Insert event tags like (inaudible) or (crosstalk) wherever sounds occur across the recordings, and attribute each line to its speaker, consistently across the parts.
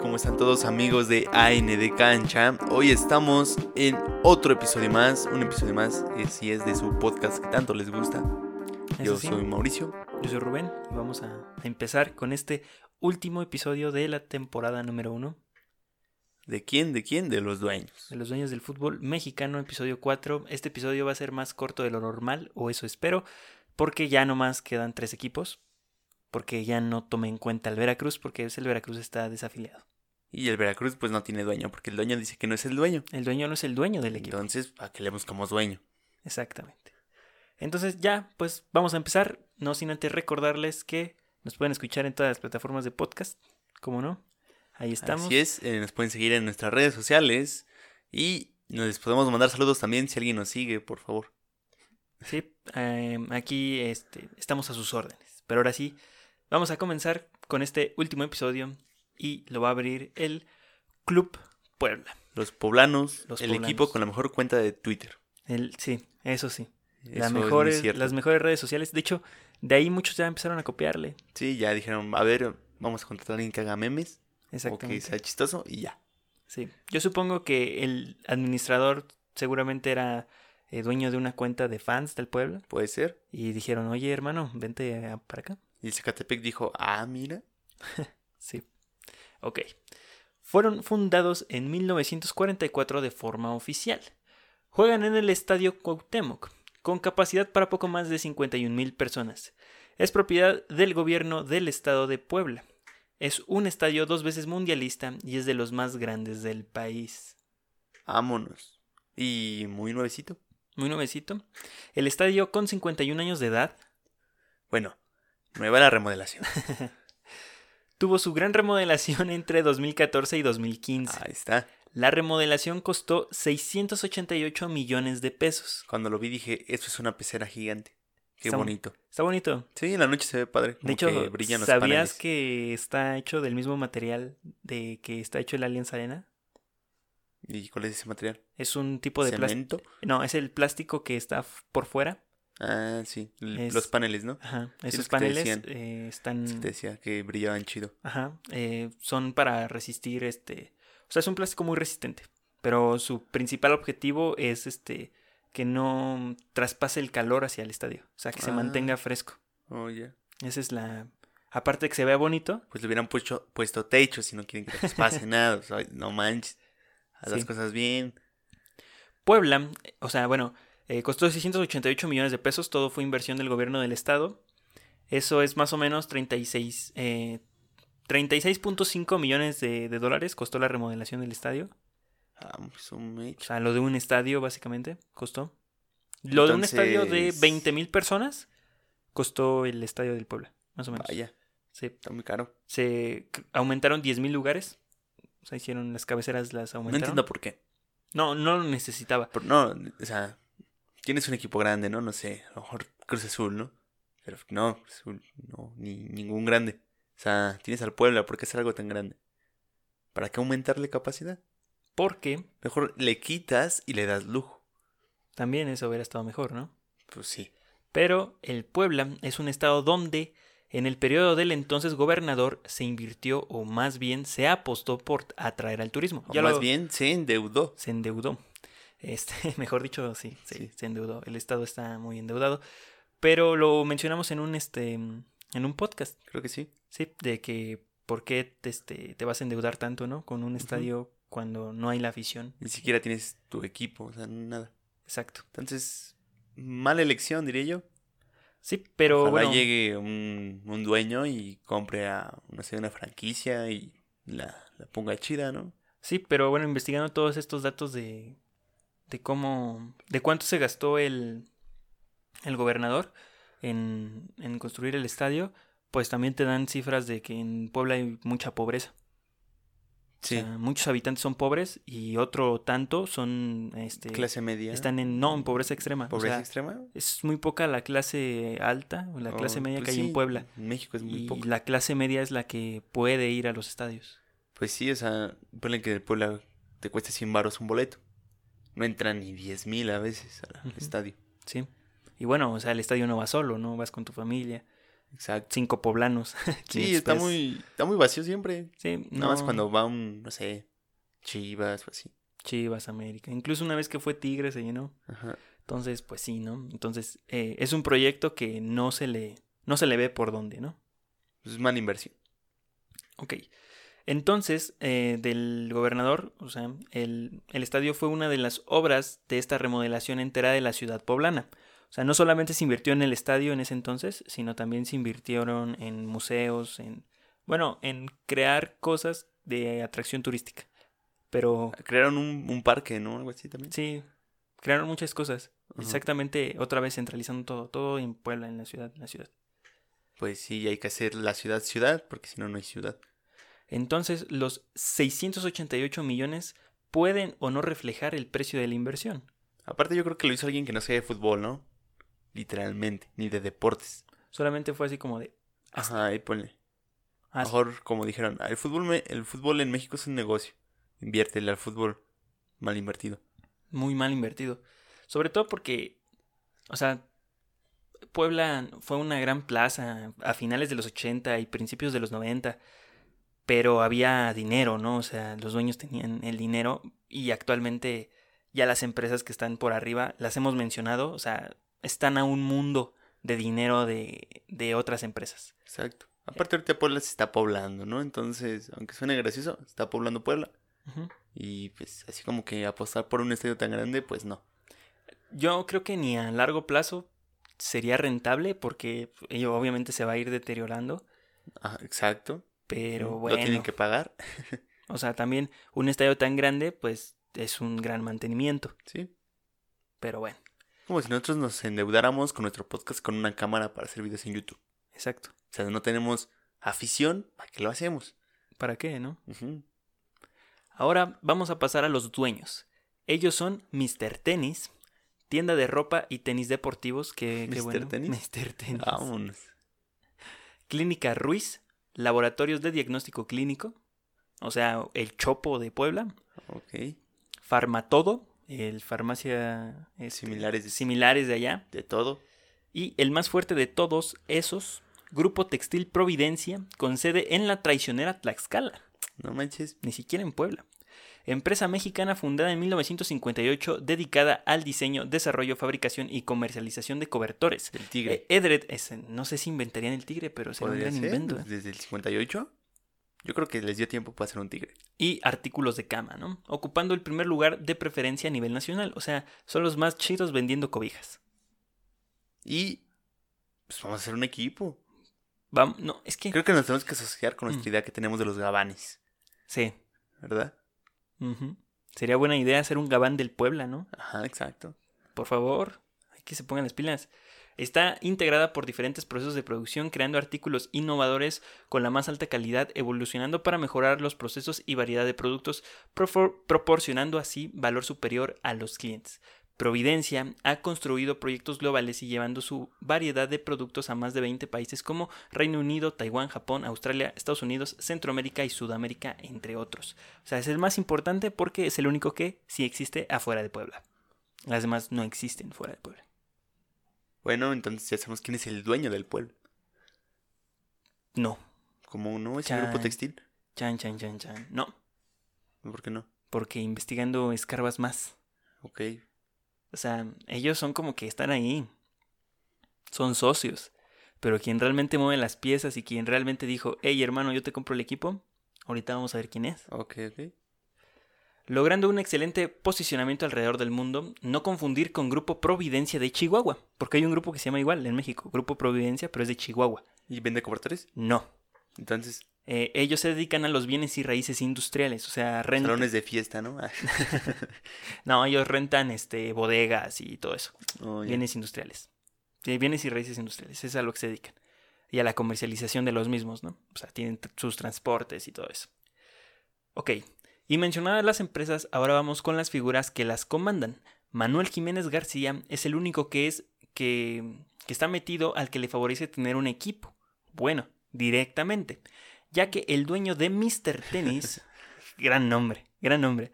Speaker 1: ¿Cómo están todos amigos de AN de Cancha? Hoy estamos en otro episodio más, un episodio más que si es de su podcast que tanto les gusta.
Speaker 2: Eso
Speaker 1: Yo
Speaker 2: sí.
Speaker 1: soy Mauricio.
Speaker 2: Yo soy Rubén y vamos a a empezar con este último episodio de la temporada número uno
Speaker 1: ¿De quién? ¿De quién? De los dueños.
Speaker 2: de los dueños del fútbol mexicano, episodio 4. Este episodio va a ser más corto de lo normal, o eso espero, porque ya nomás quedan tres equipos, porque ya no tomé en cuenta el Veracruz, porque es el Veracruz está desafiliado.
Speaker 1: Y el Veracruz pues no tiene dueño porque el dueño dice que no es el dueño.
Speaker 2: El dueño no es el dueño del equipo.
Speaker 1: Entonces, ¿para qué le buscamos dueño?
Speaker 2: Exactamente. Entonces ya, pues vamos a empezar, no sin antes recordarles que nos pueden escuchar en todas las plataformas de podcast, como no. Ahí estamos.
Speaker 1: Así es, eh, nos pueden seguir en nuestras redes sociales y nos podemos mandar saludos también si alguien nos sigue, por favor.
Speaker 2: Sí, em, aquí este, estamos a sus órdenes. Pero ahora sí, vamos a comenzar con este último episodio y lo va a abrir el Club Puebla.
Speaker 1: Los poblanos,
Speaker 2: Los
Speaker 1: el equipo
Speaker 2: poblanos.
Speaker 1: con la mejor cuenta de Twitter.
Speaker 2: El, sí, eso sí.
Speaker 1: Eso es
Speaker 2: Las
Speaker 1: muy
Speaker 2: mejores,
Speaker 1: cierto.
Speaker 2: las mejores redes sociales. De hecho, de ahí muchos ya empezaron a copiarle.
Speaker 1: Sí, ya dijeron, a ver, vamos a contratar a alguien que haga memes. o
Speaker 2: Exactamente.
Speaker 1: que sea chistoso y ya.
Speaker 2: Sí, yo supongo que el administrador seguramente era eh, dueño de una cuenta de fans del Puebla
Speaker 1: Puede ser.
Speaker 2: y dijeron, oye hermano, vente eh, para acá.
Speaker 1: Y Zacatepec dijo, ah, mira.
Speaker 2: Sí. Ok. Fueron fundados en 1944 de forma oficial. Juegan en el Estadio Cuauhtémoc, con capacidad para poco más de 51 mil personas. Es propiedad del gobierno del estado de Puebla. Es un estadio dos veces mundialista y es de los más grandes del país.
Speaker 1: Vámonos. Y muy nuevecito.
Speaker 2: Muy nuevecito. El estadio con 51 años de edad
Speaker 1: Bueno, nueva la
Speaker 2: (laughs)
Speaker 1: remodelación.
Speaker 2: tuvo su gran remodelación (laughs) entre 2014 y 2015.
Speaker 1: Ahí está.
Speaker 2: La remodelación costó 688 millones de pesos.
Speaker 1: Cuando lo vi dije, esto es una pecera gigante. Qué
Speaker 2: Está-
Speaker 1: bonito.
Speaker 2: Está bonito.
Speaker 1: Sí, en la noche se ve padre. como
Speaker 2: De hecho,
Speaker 1: que brillan los
Speaker 2: ¿sabías
Speaker 1: paneles.
Speaker 2: que está hecho del mismo material de que está hecho el Allianz Arena?
Speaker 1: ¿Y cuál es ese material?
Speaker 2: Es un tipo de plástico.
Speaker 1: ¿Cemento?
Speaker 2: No, es el plástico que está f- por fuera.
Speaker 1: Ah, sí. l-
Speaker 2: Es-
Speaker 1: Los paneles, ¿no?
Speaker 2: Ajá.
Speaker 1: Sí, los
Speaker 2: Esos
Speaker 1: que te
Speaker 2: paneles
Speaker 1: decían.
Speaker 2: eh,
Speaker 1: Es que
Speaker 2: están.
Speaker 1: Te decía que brillaban chido.
Speaker 2: Ajá. eh, son para resistir este. O sea, es un plástico muy resistente. Pero su principal objetivo es este. que no traspase el calor hacia el estadio. O sea, que se
Speaker 1: Ah.
Speaker 2: mantenga fresco.
Speaker 1: Oh, ya.
Speaker 2: Esa es la. Aparte de que se vea bonito.
Speaker 1: Pues le hubieran puesto, puesto techo si no quieren que les
Speaker 2: (laughs)
Speaker 1: pase nada. o sea, no manches. Haz las
Speaker 2: Sí.
Speaker 1: cosas bien.
Speaker 2: Puebla, eh, o sea, bueno, eh, costó 688 millones de pesos, todo fue inversión del gobierno del estado. Eso es más o menos 36, eh, 36.5 millones de, de dólares costó la remodelación del estadio.
Speaker 1: Vamos, ah, pues un
Speaker 2: O
Speaker 1: hecho.
Speaker 2: sea, lo de un estadio básicamente costó. Lo de un estadio de
Speaker 1: Entonces-
Speaker 2: 20 mil personas costó el estadio del Puebla, más o menos.
Speaker 1: Vaya,
Speaker 2: Se,
Speaker 1: está muy caro.
Speaker 2: se c- aumentaron 10 mil lugares. O sea, hicieron las cabeceras, las
Speaker 1: No
Speaker 2: aumentaron.
Speaker 1: entiendo por qué.
Speaker 2: no, no lo necesitaba.
Speaker 1: Por- no, o sea, tienes un equipo grande, ¿no? No sé, a lo mejor Cruz Azul, ¿no? Pero no, Cruz Azul, no, ni ningún grande. O sea, tienes al Puebla, ¿por qué hacer algo tan grande? ¿Para qué aumentarle capacidad?
Speaker 2: Porque
Speaker 1: Mejor le quitas y le das lujo.
Speaker 2: también eso hubiera estado mejor, ¿no?
Speaker 1: Pues sí.
Speaker 2: Pero el Puebla es un estado donde, en el periodo del entonces gobernador, se invirtió o más bien se apostó por atraer al turismo.
Speaker 1: O
Speaker 2: Ya
Speaker 1: más
Speaker 2: lo-
Speaker 1: bien se endeudó.
Speaker 2: Se endeudó. Este, (laughs) mejor dicho, sí, sí,
Speaker 1: Sí.
Speaker 2: se endeudó. El estado está muy endeudado. Pero lo mencionamos en un, este, en un podcast,
Speaker 1: Creo que sí.
Speaker 2: ¿sí? De que por qué te, este, te vas a endeudar tanto, ¿no? Con un estadio cuando no hay la afición.
Speaker 1: Ni siquiera tienes tu equipo, o sea, nada.
Speaker 2: Exacto.
Speaker 1: Entonces, mala elección, diría yo.
Speaker 2: Sí, pero
Speaker 1: Ojalá
Speaker 2: bueno.
Speaker 1: llegue un, un dueño y compre a, no sé, una franquicia y la, la ponga chida, ¿no?
Speaker 2: Sí, pero bueno, investigando todos estos datos de, de cómo, de cuánto se gastó el, el gobernador en, en construir el estadio, pues también te dan cifras de que en Puebla hay mucha pobreza. O sea, muchos habitantes son pobres y otro tanto son, este,
Speaker 1: clase media.
Speaker 2: están en, no, en pobreza extrema. O
Speaker 1: pobreza
Speaker 2: sea,
Speaker 1: extrema.
Speaker 2: es muy poca la clase alta o la clase
Speaker 1: O,
Speaker 2: media que
Speaker 1: pues
Speaker 2: hay
Speaker 1: sí,
Speaker 2: en Puebla.
Speaker 1: México es muy
Speaker 2: Y
Speaker 1: poco.
Speaker 2: la clase media es la que puede ir a los estadios.
Speaker 1: Pues sí, o sea, ponle que de Puebla te cuesta 100 baros un boleto. No entran ni 10 mil a veces al
Speaker 2: Ujú.
Speaker 1: estadio.
Speaker 2: Sí. Y bueno, o sea, el estadio no va solo, ¿no? Vas con tu familia.
Speaker 1: Exacto.
Speaker 2: cinco poblanos. (laughs)
Speaker 1: Sí, está muy, está muy vacío siempre.
Speaker 2: Sí, no.
Speaker 1: Nada más cuando va un, no sé, Chivas o así.
Speaker 2: Chivas, América. Incluso una vez que fue Tigre se llenó.
Speaker 1: Ajá.
Speaker 2: Entonces, pues sí, ¿no? Entonces, eh, es un proyecto que no se le, no se le ve por dónde, ¿no?
Speaker 1: Es mala inversión.
Speaker 2: Ok. Entonces, eh, del gobernador, o sea, el, el estadio fue una de las obras de esta remodelación entera de la ciudad poblana. O sea, no solamente se invirtió en el estadio en ese entonces, sino también se invirtieron en museos, en, bueno, en crear cosas de atracción turística. Pero
Speaker 1: Crearon un, un parque, ¿no? Algo así también.
Speaker 2: sí, crearon muchas cosas.
Speaker 1: Ajá.
Speaker 2: Exactamente, otra vez centralizando todo, todo en Puebla, en la ciudad, en la ciudad.
Speaker 1: Pues sí, hay que hacer la ciudad ciudad, porque si no, no hay ciudad.
Speaker 2: Entonces, los 688 millones pueden o no reflejar el precio de la inversión.
Speaker 1: Aparte, yo creo que lo hizo alguien que no sabe de fútbol, ¿no? Literalmente, ni de deportes.
Speaker 2: Solamente fue así como de...
Speaker 1: Ajá, ahí ponle.
Speaker 2: ah,
Speaker 1: Mejor, como dijeron, "Ah, el fútbol, me- el fútbol en México es un negocio. Inviértele al fútbol. Mal invertido.
Speaker 2: muy mal invertido. Sobre todo porque, o sea, Puebla fue una gran plaza a finales de los 80 y principios de los 90, pero había dinero, ¿no? O sea, los dueños tenían el dinero y actualmente ya las empresas que están por arriba, las hemos mencionado, o sea, están a un mundo de dinero de, de otras empresas.
Speaker 1: Exacto. Aparte, ahorita Puebla se está poblando, ¿no? Entonces, aunque suene gracioso, se está poblando Puebla.
Speaker 2: Ujú.
Speaker 1: Y pues, así como que apostar por un estadio tan grande, pues no.
Speaker 2: Yo creo que ni a largo plazo sería rentable porque ello obviamente se va a ir deteriorando,
Speaker 1: Ajá, exacto.
Speaker 2: pero
Speaker 1: Mm,
Speaker 2: bueno.
Speaker 1: Lo tienen que pagar, (laughs)
Speaker 2: O sea, también un estadio tan grande, pues es un gran mantenimiento.
Speaker 1: ¿sí?
Speaker 2: Pero bueno,
Speaker 1: Como si nosotros nos endeudáramos con nuestro podcast con una cámara para hacer videos en YouTube.
Speaker 2: exacto.
Speaker 1: O sea, no tenemos afición, ¿para qué lo hacemos?
Speaker 2: ¿Para qué, no?
Speaker 1: Ujú.
Speaker 2: Ahora vamos a pasar a los dueños. Ellos son Mr. Tennis, tienda de ropa y tenis deportivos, que, que
Speaker 1: ¿Mr.
Speaker 2: bueno.
Speaker 1: Tenis?
Speaker 2: Mr. Tenis.
Speaker 1: Vámonos.
Speaker 2: Clínica Ruiz, laboratorios de diagnóstico clínico, o sea, el Chopo de Puebla.
Speaker 1: Ok.
Speaker 2: Farmatodo, el farmacia este,
Speaker 1: Similares de-
Speaker 2: similares de allá.
Speaker 1: De todo.
Speaker 2: Y el más fuerte de todos esos, Grupo Textil Providencia, con sede en la traicionera Tlaxcala,
Speaker 1: No manches.
Speaker 2: ni siquiera en Puebla. Empresa mexicana fundada en 1958 dedicada al diseño, desarrollo, fabricación y comercialización de cobertores.
Speaker 1: Del tigre.
Speaker 2: Eh, Edred, es- no sé si inventarían el tigre, pero sería un
Speaker 1: ¿Podría
Speaker 2: gran
Speaker 1: ser?
Speaker 2: invento. ¿eh?
Speaker 1: ¿Desde el 58? Yo creo que les dio tiempo para hacer un tigre.
Speaker 2: Y artículos de cama, ¿no? Ocupando el primer lugar de preferencia a nivel nacional. O sea, son los más chidos vendiendo cobijas.
Speaker 1: Y pues vamos a hacer un equipo.
Speaker 2: Vamos, no, es que...
Speaker 1: Creo que nos tenemos que asociar con nuestra
Speaker 2: Mm.
Speaker 1: idea que tenemos de los gabanes,
Speaker 2: Sí.
Speaker 1: ¿verdad?
Speaker 2: ujú. Sería buena idea hacer un gabán del Puebla, ¿no?
Speaker 1: Ajá, exacto.
Speaker 2: Por favor, hay que se pongan las pilas. Está integrada por diferentes procesos de producción, creando artículos innovadores con la más alta calidad, evolucionando para mejorar los procesos y variedad de productos, profor- proporcionando así valor superior a los clientes. Providencia ha construido proyectos globales y llevando su variedad de productos a más de 20 países como Reino Unido, Taiwán, Japón, Australia, Estados Unidos, Centroamérica y Sudamérica, entre otros. O sea, es el más importante porque es el único que sí existe afuera de Puebla. Las demás no existen fuera de Puebla.
Speaker 1: Bueno, entonces ya sabemos quién es el dueño del pueblo.
Speaker 2: No.
Speaker 1: Como no es
Speaker 2: Chan.
Speaker 1: el grupo textil.
Speaker 2: Chan, chan, chan, chan. No.
Speaker 1: ¿Por qué no?
Speaker 2: Porque investigando escarbas más.
Speaker 1: Ok.
Speaker 2: O sea, ellos son como que están ahí. Son socios. Pero quien realmente mueve las piezas y quien realmente dijo, hey hermano, yo te compro el equipo, ahorita vamos a ver quién es.
Speaker 1: Ok, ok.
Speaker 2: Logrando un excelente posicionamiento alrededor del mundo, no confundir con Grupo Providencia de Chihuahua. Porque hay un grupo que se llama igual en México, Grupo Providencia, pero es de Chihuahua.
Speaker 1: ¿Y vende cobertores?
Speaker 2: No.
Speaker 1: Entonces,
Speaker 2: Eh, ellos se dedican a los bienes y raíces industriales, o sea, rentan.
Speaker 1: salones de fiesta, ¿no? (laughs) Ah,
Speaker 2: No, ellos rentan este, bodegas y todo eso.
Speaker 1: oh, ya.
Speaker 2: Bienes industriales. Sí, bienes y raíces industriales. Es a lo que se dedican. Y a la comercialización de los mismos, ¿no? O sea, tienen tr- sus transportes y todo eso. Ok. Y mencionadas las empresas, ahora vamos con las figuras que las comandan. Manuel Jiménez García es el único que es que, que está metido al que le favorece tener un equipo. Bueno, directamente. Ya que el dueño de Mr.
Speaker 1: (laughs)
Speaker 2: Tennis, gran nombre, gran nombre,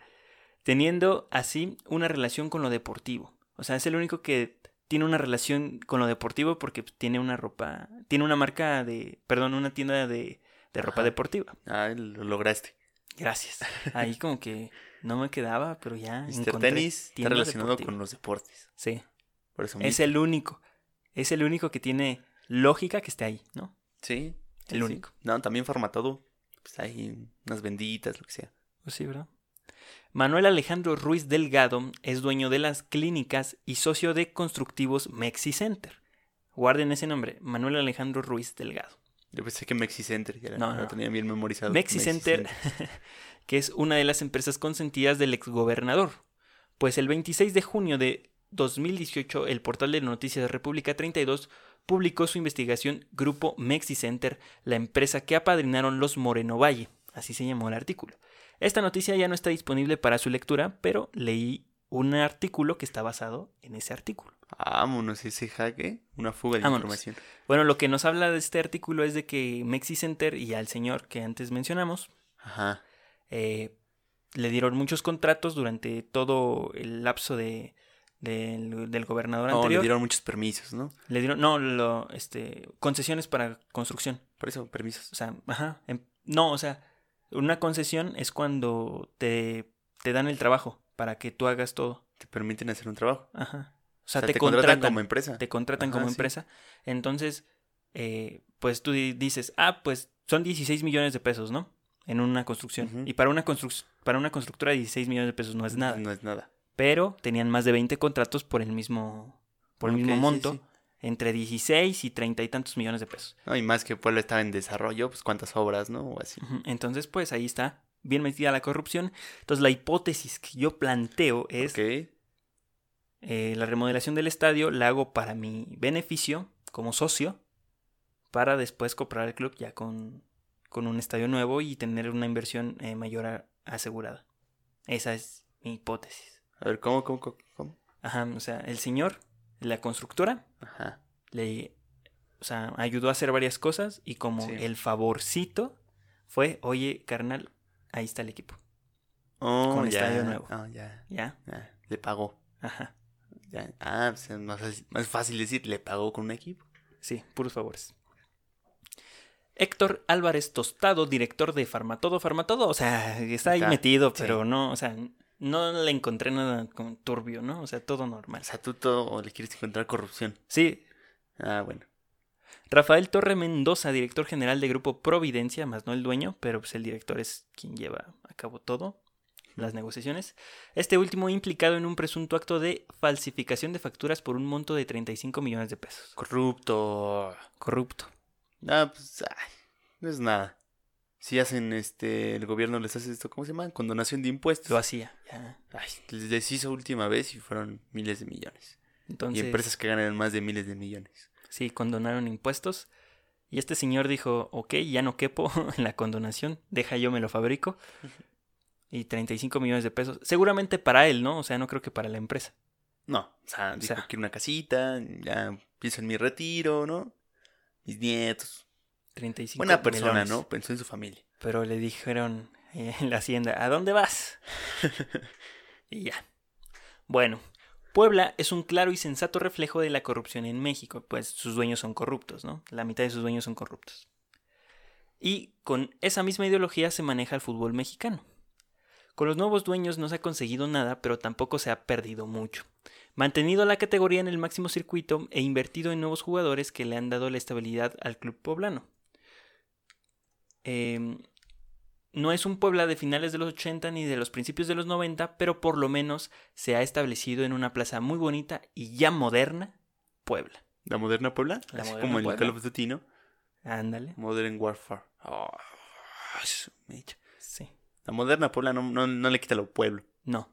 Speaker 2: teniendo así una relación con lo deportivo. O sea, es el único que tiene una relación con lo deportivo porque pues, tiene una ropa, tiene una marca de, perdón, una tienda de, de ropa
Speaker 1: Ajá.
Speaker 2: deportiva.
Speaker 1: Ah, lo lograste.
Speaker 2: Gracias. Ahí como que no me quedaba,
Speaker 1: (laughs)
Speaker 2: pero ya
Speaker 1: Mr.
Speaker 2: Ah, encontré
Speaker 1: Tenis está
Speaker 2: tienda
Speaker 1: relacionado
Speaker 2: deportiva.
Speaker 1: con los deportes.
Speaker 2: Sí,
Speaker 1: Por eso
Speaker 2: es
Speaker 1: mismo.
Speaker 2: el único. Es el único que tiene lógica que esté ahí, ¿no?
Speaker 1: Sí. sí,
Speaker 2: el
Speaker 1: sí.
Speaker 2: único.
Speaker 1: No, también formatado. Pues hay unas benditas, lo que sea.
Speaker 2: Pues sí, ¿verdad? Manuel Alejandro Ruiz Delgado es dueño de las clínicas y socio de Constructivos Mexi Center. Guarden ese nombre, Manuel Alejandro Ruiz Delgado.
Speaker 1: Yo pensé que Mexi Center, ya
Speaker 2: No,
Speaker 1: no,
Speaker 2: no, no.
Speaker 1: tenía bien memorizado.
Speaker 2: Mexi Center, (laughs) que es una de las empresas consentidas del exgobernador. Pues el 26 de junio de 2018, el portal de Noticias República 32 publicó su investigación Grupo Mexi Center, la empresa que apadrinaron los Moreno Valle. Así se llamó el artículo. Esta noticia ya no está disponible para su lectura, pero leí un artículo que está basado en ese artículo.
Speaker 1: Vámonos, ese hack, ¿eh? Una fuga de
Speaker 2: Vámonos.
Speaker 1: información.
Speaker 2: Bueno, lo que nos habla de este artículo es de que Mexi Center y al señor que antes mencionamos,
Speaker 1: Ajá.
Speaker 2: eh, le dieron muchos contratos durante todo el lapso de, del- del gobernador
Speaker 1: No, le
Speaker 2: anterior.
Speaker 1: dieron muchos permisos, ¿no?
Speaker 2: Le dieron, no, lo, este, concesiones para construcción.
Speaker 1: Por eso, permisos.
Speaker 2: O sea, ajá. em- no, o sea, una concesión es cuando te, te dan el trabajo para que tú hagas todo.
Speaker 1: Te permiten hacer un trabajo.
Speaker 2: Ajá. O
Speaker 1: O
Speaker 2: sea,
Speaker 1: sea,
Speaker 2: te,
Speaker 1: te,
Speaker 2: contratan,
Speaker 1: contratan como empresa.
Speaker 2: te contratan
Speaker 1: Ajá,
Speaker 2: como
Speaker 1: sí.
Speaker 2: empresa. Entonces, eh, pues tú di- dices, ah, pues son 16 millones de pesos, ¿no? En una construcción.
Speaker 1: Ujú.
Speaker 2: Y para una, construc- para una constructora 16 millones de pesos no es nada.
Speaker 1: No es nada.
Speaker 2: Pero tenían más de 20 contratos por el mismo, por el
Speaker 1: Ok,
Speaker 2: mismo
Speaker 1: sí,
Speaker 2: monto.
Speaker 1: sí.
Speaker 2: Entre 16 y 30 y tantos millones de pesos.
Speaker 1: No, y más que Puebla estaba en desarrollo, pues cuántas obras, ¿no? O así.
Speaker 2: Ujú, Entonces, pues ahí está bien metida la corrupción. Entonces, la hipótesis que yo planteo es
Speaker 1: Ok.
Speaker 2: eh, la remodelación del estadio la hago para mi beneficio como socio para después comprar el club ya con, con un estadio nuevo y tener una inversión eh, mayor a- asegurada. Esa es mi hipótesis.
Speaker 1: A ver, ¿cómo, cómo, cómo? cómo?
Speaker 2: Ajá, o sea, el señor, la constructora,
Speaker 1: Ajá.
Speaker 2: le o sea, ayudó a hacer varias cosas y como
Speaker 1: Sí.
Speaker 2: el favorcito fue, oye, carnal, ahí está el equipo.
Speaker 1: Oh,
Speaker 2: Con
Speaker 1: ya.
Speaker 2: estadio nuevo.
Speaker 1: Ah, ya.
Speaker 2: Ya,
Speaker 1: Ah, le pagó.
Speaker 2: ajá.
Speaker 1: Ya. Ah, pues es más, fácil- más fácil decir, le pagó con un equipo.
Speaker 2: Sí, puros favores. Héctor Álvarez Tostado, director de Farmatodo. Farmatodo, o sea, está ahí
Speaker 1: Está,
Speaker 2: metido,
Speaker 1: sí.
Speaker 2: pero no, o sea, no le encontré nada con turbio, ¿no? O sea, todo normal.
Speaker 1: O sea, tú todo le quieres encontrar corrupción.
Speaker 2: Sí,
Speaker 1: Ah, bueno.
Speaker 2: Rafael Torre Mendoza, director general de Grupo Providencia, más no el dueño, pero pues el director es quien lleva a cabo todo, las negociaciones. Este último implicado en un presunto acto de falsificación de facturas por un monto de 35 millones de pesos.
Speaker 1: Corrupto.
Speaker 2: Corrupto.
Speaker 1: Ah, pues, ay, no es nada. Si hacen, este, el gobierno les hace esto, ¿cómo se llama? Condonación de impuestos.
Speaker 2: Lo hacía. ya.
Speaker 1: Ay, les hizo última vez y fueron miles de millones.
Speaker 2: Entonces,
Speaker 1: Y empresas que ganan más de miles de millones.
Speaker 2: Sí, condonaron impuestos. Y este señor dijo, ok, ya no quepo (laughs) en la condonación, deja yo me lo fabrico. Y 35 millones de pesos. Seguramente para él, ¿no? O sea, no creo que para la empresa.
Speaker 1: No, o sea, dijo,
Speaker 2: sea.
Speaker 1: quiero una casita, ya pienso en mi retiro, ¿no? Mis nietos.
Speaker 2: 35
Speaker 1: Buena persona,
Speaker 2: melones.
Speaker 1: ¿no? Pensó en su familia.
Speaker 2: Pero le dijeron (laughs) eh, en la hacienda, ¿a dónde vas? y ya. Bueno, Puebla es un claro y sensato reflejo de la corrupción en México, pues sus dueños son corruptos, ¿no? La mitad de sus dueños son corruptos. Y con esa misma ideología se maneja el fútbol mexicano. Con los nuevos dueños no se ha conseguido nada, pero tampoco se ha perdido mucho. Mantenido la categoría en el máximo circuito e invertido en nuevos jugadores que le han dado la estabilidad al club poblano. Eh, no es un Puebla de finales de los 80 ni de los principios de los 90, pero por lo menos se ha establecido en una plaza muy bonita y ya moderna, Puebla.
Speaker 1: La moderna Puebla,
Speaker 2: La
Speaker 1: así
Speaker 2: moderna
Speaker 1: como el
Speaker 2: Puebla.
Speaker 1: Call of Duty, ¿no?
Speaker 2: Ándale.
Speaker 1: Modern Warfare. Oh, su mecha.
Speaker 2: Sí.
Speaker 1: la moderna Puebla no, no, no le quita lo pueblo.
Speaker 2: No,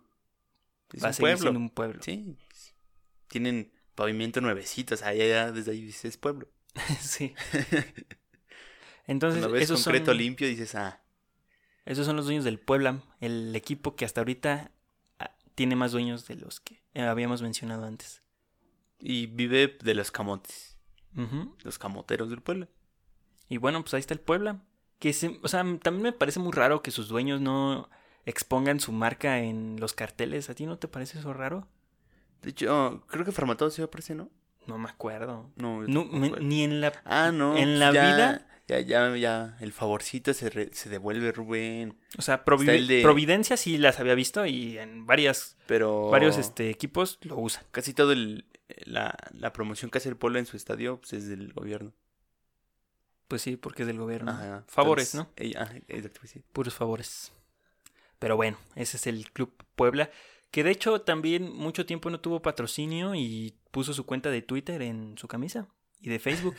Speaker 1: Es
Speaker 2: va a
Speaker 1: un
Speaker 2: seguir
Speaker 1: pueblo.
Speaker 2: siendo un pueblo.
Speaker 1: Sí. Tienen pavimento nuevecito, o sea, ya, ya desde ahí dices pueblo.
Speaker 2: (laughs)
Speaker 1: (laughs)
Speaker 2: Sí. Entonces,
Speaker 1: Cuando ves
Speaker 2: esos son,
Speaker 1: concreto limpio dices, ah,
Speaker 2: esos son los dueños del Puebla, el equipo que hasta ahorita ah, tiene más dueños de los que eh, habíamos mencionado antes.
Speaker 1: y vive de los camotes,
Speaker 2: Ujú.
Speaker 1: los camoteros del pueblo.
Speaker 2: Y bueno, pues ahí está el Puebla. Que se- o sea, m- también me parece muy raro que sus dueños no expongan su marca en los carteles. ¿A ti no te parece eso raro?
Speaker 1: De hecho, creo que Farmatodo sí aparece, ¿no?
Speaker 2: No me acuerdo.
Speaker 1: No, yo
Speaker 2: No,
Speaker 1: tampoco
Speaker 2: me-
Speaker 1: acuerdo.
Speaker 2: ni en la.
Speaker 1: Ah, no.
Speaker 2: en
Speaker 1: pues
Speaker 2: la
Speaker 1: ya-
Speaker 2: vida-
Speaker 1: Ya, ya, ya. El favorcito se, re- se devuelve Rubén.
Speaker 2: O sea, Provi-
Speaker 1: Está el de-
Speaker 2: Providencia sí las había visto y en varias,
Speaker 1: Pero.
Speaker 2: varios este, equipos lo usan.
Speaker 1: Casi todo el. La, la promoción que hace el pueblo en su estadio pues, es del gobierno.
Speaker 2: Pues sí, porque es del gobierno.
Speaker 1: Ajá,
Speaker 2: favores,
Speaker 1: entonces, ella- ajá, exacto, pues sí.
Speaker 2: ¿no? Puros favores. Pero bueno, ese es el Club Puebla, que de hecho también mucho tiempo no tuvo patrocinio y puso su cuenta de Twitter en su camisa y de Facebook.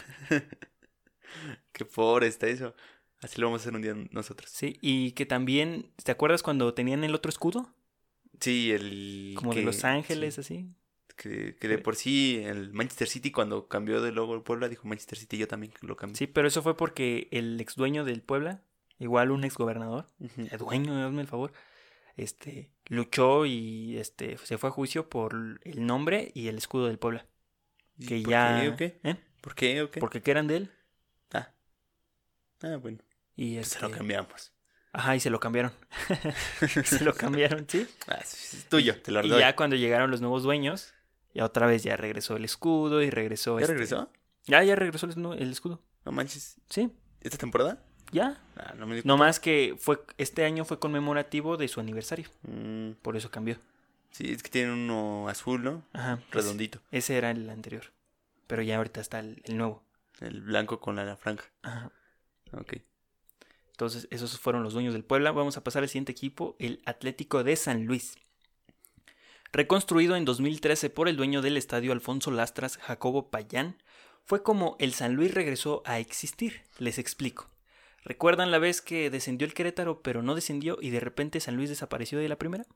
Speaker 1: Qué pobre está eso. Así lo vamos a hacer un día nosotros.
Speaker 2: sí, y que también, ¿te acuerdas cuando tenían el otro escudo?
Speaker 1: Sí, el.
Speaker 2: Como de
Speaker 1: que-
Speaker 2: Los Ángeles,
Speaker 1: sí,
Speaker 2: así.
Speaker 1: que, que de por sí, el Manchester City, cuando cambió de logo el Puebla, dijo Manchester City, yo también lo cambié.
Speaker 2: Sí, pero eso fue porque el ex dueño del Puebla, igual un ex gobernador,
Speaker 1: Ujú.
Speaker 2: eh, dueño, hazme el favor, este, luchó y este se fue a juicio por el nombre y el escudo del Puebla.
Speaker 1: ¿Y
Speaker 2: Que
Speaker 1: por
Speaker 2: ya.
Speaker 1: qué o qué?
Speaker 2: ¿eh?
Speaker 1: ¿Por qué o qué?
Speaker 2: Porque que eran de él.
Speaker 1: Ah. Ah, bueno.
Speaker 2: Y
Speaker 1: Pues se lo
Speaker 2: este, (laughs)
Speaker 1: cambiamos.
Speaker 2: Ajá, y se lo cambiaron. (laughs) se lo cambiaron,
Speaker 1: (laughs)
Speaker 2: sí.
Speaker 1: Ah, es es tuyo, te lo
Speaker 2: Y
Speaker 1: doy.
Speaker 2: ya cuando llegaron los nuevos dueños, ya otra vez ya regresó el escudo y regresó.
Speaker 1: ¿Ya
Speaker 2: este-
Speaker 1: regresó?
Speaker 2: Ya, ya regresó el, el escudo.
Speaker 1: No manches.
Speaker 2: Sí,
Speaker 1: ¿Esta temporada?
Speaker 2: ya.
Speaker 1: Ah, no me di
Speaker 2: No más que fue este año fue conmemorativo de su aniversario.
Speaker 1: Mm,
Speaker 2: Por eso cambió.
Speaker 1: sí, es que tiene uno azul, ¿no?
Speaker 2: Ajá. pues,
Speaker 1: Redondito.
Speaker 2: Ese era el anterior. Pero ya ahorita está el, el nuevo.
Speaker 1: El blanco con la, la franja.
Speaker 2: Ajá.
Speaker 1: Ok.
Speaker 2: Entonces, esos fueron los dueños del Puebla. Vamos a pasar al siguiente equipo, el Atlético de San Luis. Reconstruido en 2013 por el dueño del estadio Alfonso Lastras, Jacobo Payán, fue como el San Luis regresó a existir. Les explico. ¿Recuerdan la vez que descendió el Querétaro, pero no descendió y de repente San Luis desapareció de la primera?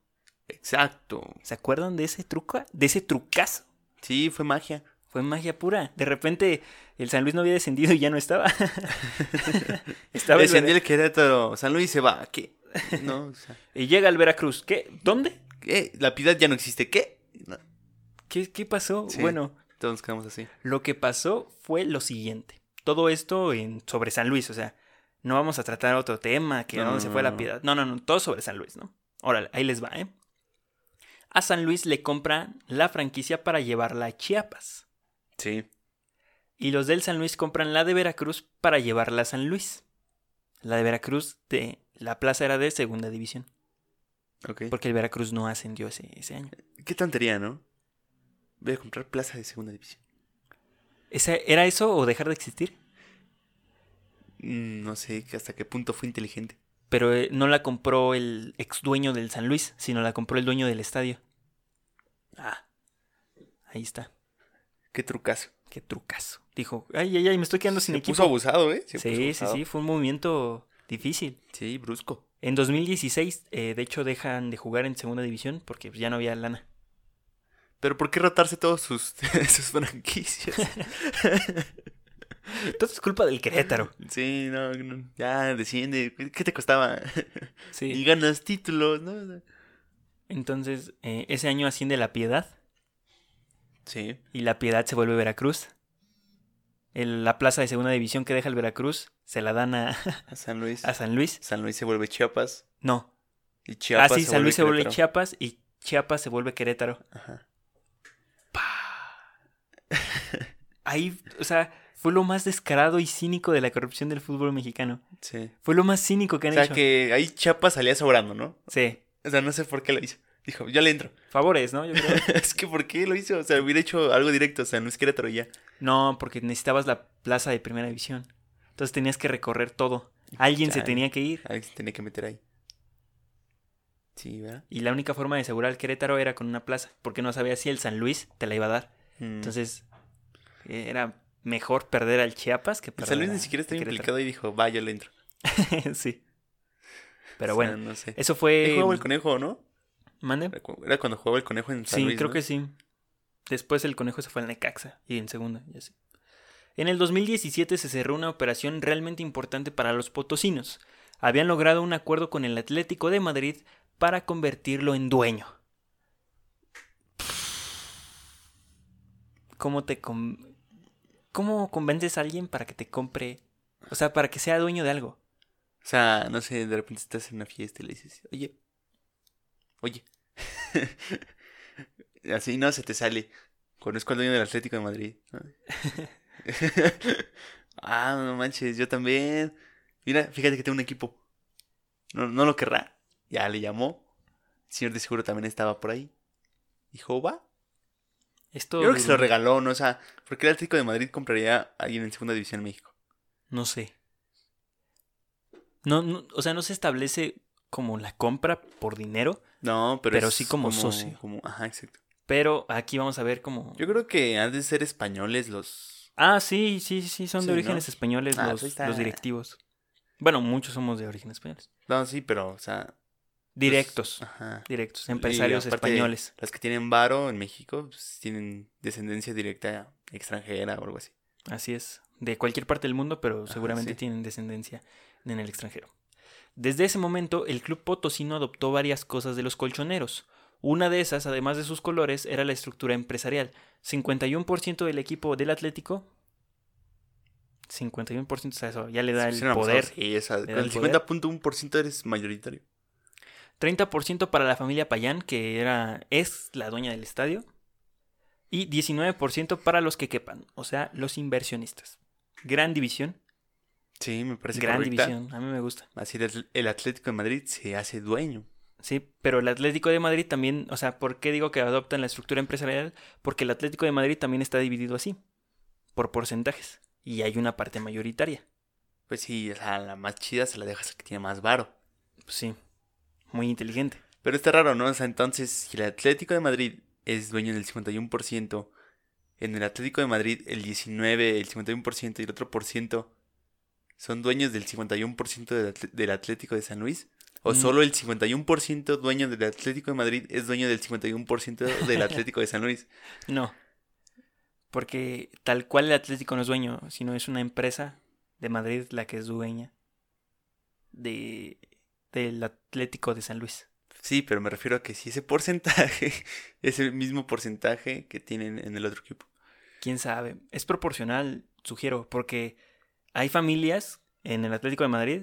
Speaker 1: Exacto.
Speaker 2: ¿Se acuerdan de ese truco? De ese trucazo.
Speaker 1: Sí, fue magia.
Speaker 2: Fue magia pura. De repente el San Luis no había descendido y ya no estaba. (laughs) estaba el
Speaker 1: Descendió el Querétaro. San Luis se va. ¿Qué? No, o sea,
Speaker 2: Vera- Y llega el Veracruz. ¿Qué? ¿Dónde?
Speaker 1: ¿qué? La piedad ya no existe. ¿Qué? No.
Speaker 2: ¿Qué, qué pasó?
Speaker 1: Sí.
Speaker 2: Bueno,
Speaker 1: Todos nos quedamos así.
Speaker 2: lo que pasó fue lo siguiente. Todo esto en, sobre San Luis, o sea, no vamos a tratar otro tema, que
Speaker 1: No,
Speaker 2: dónde
Speaker 1: no,
Speaker 2: se
Speaker 1: no,
Speaker 2: fue la
Speaker 1: no.
Speaker 2: piedad. No, no, no, todo sobre San Luis, ¿no? Órale, ahí les va, ¿eh? A San Luis le compran la franquicia para llevarla a Chiapas.
Speaker 1: Sí.
Speaker 2: Y los del San Luis compran la de Veracruz para llevarla a San Luis. La de Veracruz de la plaza era de segunda división.
Speaker 1: Ok.
Speaker 2: Porque el Veracruz no ascendió ese, ese año.
Speaker 1: Qué tontería, ¿no? Voy a comprar plaza de segunda división.
Speaker 2: ¿Esa, ¿Era eso o dejar de existir?
Speaker 1: Mm, No sé que hasta qué punto fue inteligente.
Speaker 2: Pero eh, no la compró el ex dueño del San Luis, sino la compró el dueño del estadio. Ah, ahí está.
Speaker 1: Qué trucazo.
Speaker 2: Qué trucazo. Dijo, ay, ay, ay, me estoy quedando sin
Speaker 1: Se
Speaker 2: equipo.
Speaker 1: puso abusado, ¿eh? Se puso
Speaker 2: sí, sí,
Speaker 1: abusado.
Speaker 2: sí, fue un movimiento difícil.
Speaker 1: Sí, brusco.
Speaker 2: En 2016, eh, de hecho, dejan de jugar en segunda división porque pues, ya no había lana.
Speaker 1: Pero ¿por qué rotarse todos sus, (laughs) sus
Speaker 2: (laughs)
Speaker 1: franquicias?
Speaker 2: Todo es culpa del Querétaro.
Speaker 1: sí, no, no, ya desciende. ¿Qué te costaba? Y
Speaker 2: Sí.
Speaker 1: ganas títulos, ¿no?
Speaker 2: Entonces, eh, ese año asciende La Piedad
Speaker 1: Sí.
Speaker 2: y La Piedad se vuelve Veracruz. El- la plaza de segunda división que deja el Veracruz se la dan a, (laughs)
Speaker 1: A San Luis.
Speaker 2: a San Luis.
Speaker 1: San Luis se vuelve Chiapas.
Speaker 2: No.
Speaker 1: Y Chiapas
Speaker 2: ah, sí, San Luis se vuelve
Speaker 1: Querétaro.
Speaker 2: Chiapas y Chiapas se vuelve Querétaro.
Speaker 1: Ajá.
Speaker 2: Ahí, o sea, fue lo más descarado y cínico de la corrupción del fútbol mexicano.
Speaker 1: Sí.
Speaker 2: Fue lo más cínico que
Speaker 1: O
Speaker 2: han
Speaker 1: sea
Speaker 2: hecho.
Speaker 1: que ahí Chiapas salía sobrando, ¿no?
Speaker 2: Sí.
Speaker 1: O sea, no sé por qué lo hizo. Dijo, yo le entro. (laughs)
Speaker 2: Favores, ¿no? Yo creo. (laughs)
Speaker 1: es que ¿por qué lo hizo? O sea, hubiera hecho algo directo. O sea, no es Querétaro y ya.
Speaker 2: No, porque necesitabas la plaza de primera división. Entonces tenías que recorrer todo. Alguien se
Speaker 1: Chale.
Speaker 2: tenía que ir.
Speaker 1: Alguien se tenía que meter ahí. Sí, ¿verdad?
Speaker 2: Y la única forma de asegurar el Querétaro era con una plaza. Porque no sabía si el San Luis te la iba a dar.
Speaker 1: Mm.
Speaker 2: Entonces, era mejor perder al Chiapas que
Speaker 1: El
Speaker 2: perder
Speaker 1: San Luis
Speaker 2: a-
Speaker 1: ni siquiera estaba
Speaker 2: a Querétaro.
Speaker 1: implicado y dijo, va, yo le entro.
Speaker 2: (laughs) sí. Pero
Speaker 1: O sea,
Speaker 2: bueno,
Speaker 1: no sé.
Speaker 2: eso fue.
Speaker 1: Ahí jugaba el conejo, ¿no?
Speaker 2: ¿Mande?
Speaker 1: Era cu- Era cuando jugaba el conejo en San
Speaker 2: Sí,
Speaker 1: Luis,
Speaker 2: creo
Speaker 1: ¿no?
Speaker 2: que sí. Después el conejo se fue al Necaxa y en segunda, ya sé. En el 2017 se cerró una operación realmente importante para los potosinos. Habían logrado un acuerdo con el Atlético de Madrid para convertirlo en dueño. ¿Cómo te con- cómo convences a alguien para que te compre, o sea, para que sea dueño de algo?
Speaker 1: O sea, no sé, de repente estás en una fiesta y le dices, oye, oye, (laughs) Así no se te sale. Conozco al dueño del Atlético de Madrid.
Speaker 2: (laughs)
Speaker 1: ¿no? ah, no manches, yo también. Mira, fíjate que tengo un equipo. No, no lo querrá. Ya le llamó. El señor de seguro también estaba por ahí. Dijo, va.
Speaker 2: Esto
Speaker 1: Yo creo que se lo
Speaker 2: duró-
Speaker 1: regaló, ¿no? O sea, porque el Atlético de Madrid compraría a alguien en Segunda División en México.
Speaker 2: No sé. No, no, o sea, no se establece como la compra por dinero,
Speaker 1: No, pero.
Speaker 2: Pero
Speaker 1: es
Speaker 2: sí como socio.
Speaker 1: como- ajá, exacto.
Speaker 2: pero aquí vamos a ver como...
Speaker 1: Yo creo que han de ser españoles los.
Speaker 2: Ah, sí, sí, sí, son
Speaker 1: Sí,
Speaker 2: de orígenes
Speaker 1: ¿no?
Speaker 2: españoles
Speaker 1: Ah,
Speaker 2: los,
Speaker 1: pues está. Pues,
Speaker 2: los directivos. Bueno, muchos somos de orígenes españoles.
Speaker 1: No, sí, pero, o sea. pues,
Speaker 2: Directos,
Speaker 1: ajá.
Speaker 2: directos,
Speaker 1: Y
Speaker 2: empresarios
Speaker 1: aparte,
Speaker 2: españoles.
Speaker 1: Las que tienen varo en México pues, tienen descendencia directa extranjera o algo así.
Speaker 2: Así es, de cualquier parte del mundo, pero
Speaker 1: Ajá,
Speaker 2: seguramente
Speaker 1: sí.
Speaker 2: tienen descendencia en el extranjero. Desde ese momento, el club potosino adoptó varias cosas de los colchoneros. Una de esas, además de sus colores, era la estructura empresarial. 51% del equipo del Atlético. 51% o sea, eso ya le da el
Speaker 1: Sí, no, pues,
Speaker 2: poder.
Speaker 1: Sí, o sea,
Speaker 2: Le
Speaker 1: con
Speaker 2: da el
Speaker 1: el 50.1% eres mayoritario.
Speaker 2: 30% para la familia Payán, que era, es la dueña del estadio. Y 19% para los que quepan, o sea, los inversionistas. Gran división.
Speaker 1: Sí, me parece
Speaker 2: gran
Speaker 1: correcta.
Speaker 2: división. A mí me gusta.
Speaker 1: Así el, el Atlético de Madrid se hace dueño.
Speaker 2: Sí, pero el Atlético de Madrid también, o sea, ¿por qué digo que adoptan la estructura empresarial? Porque el Atlético de Madrid también está dividido así, por porcentajes, y hay una parte mayoritaria.
Speaker 1: Pues sí, o sea, la más chida se la dejas a que tiene más varo.
Speaker 2: Pues sí, muy inteligente.
Speaker 1: Pero está raro, ¿no? O sea, entonces, si el Atlético de Madrid es dueño del 51%, en el Atlético de Madrid el 19, el 51% y el otro por ciento son dueños del 51% del, Atl- del Atlético de San Luis. ¿O
Speaker 2: Mm.
Speaker 1: solo el 51% dueño del Atlético de Madrid es dueño del 51% del Atlético de San Luis?
Speaker 2: No, porque tal cual el Atlético no es dueño, sino es una empresa de Madrid la que es dueña de, del Atlético de San Luis.
Speaker 1: Sí, pero me refiero a que si ese porcentaje (laughs) es el mismo porcentaje que tienen en el otro equipo.
Speaker 2: quién sabe. Es proporcional, sugiero, porque hay familias en el Atlético de Madrid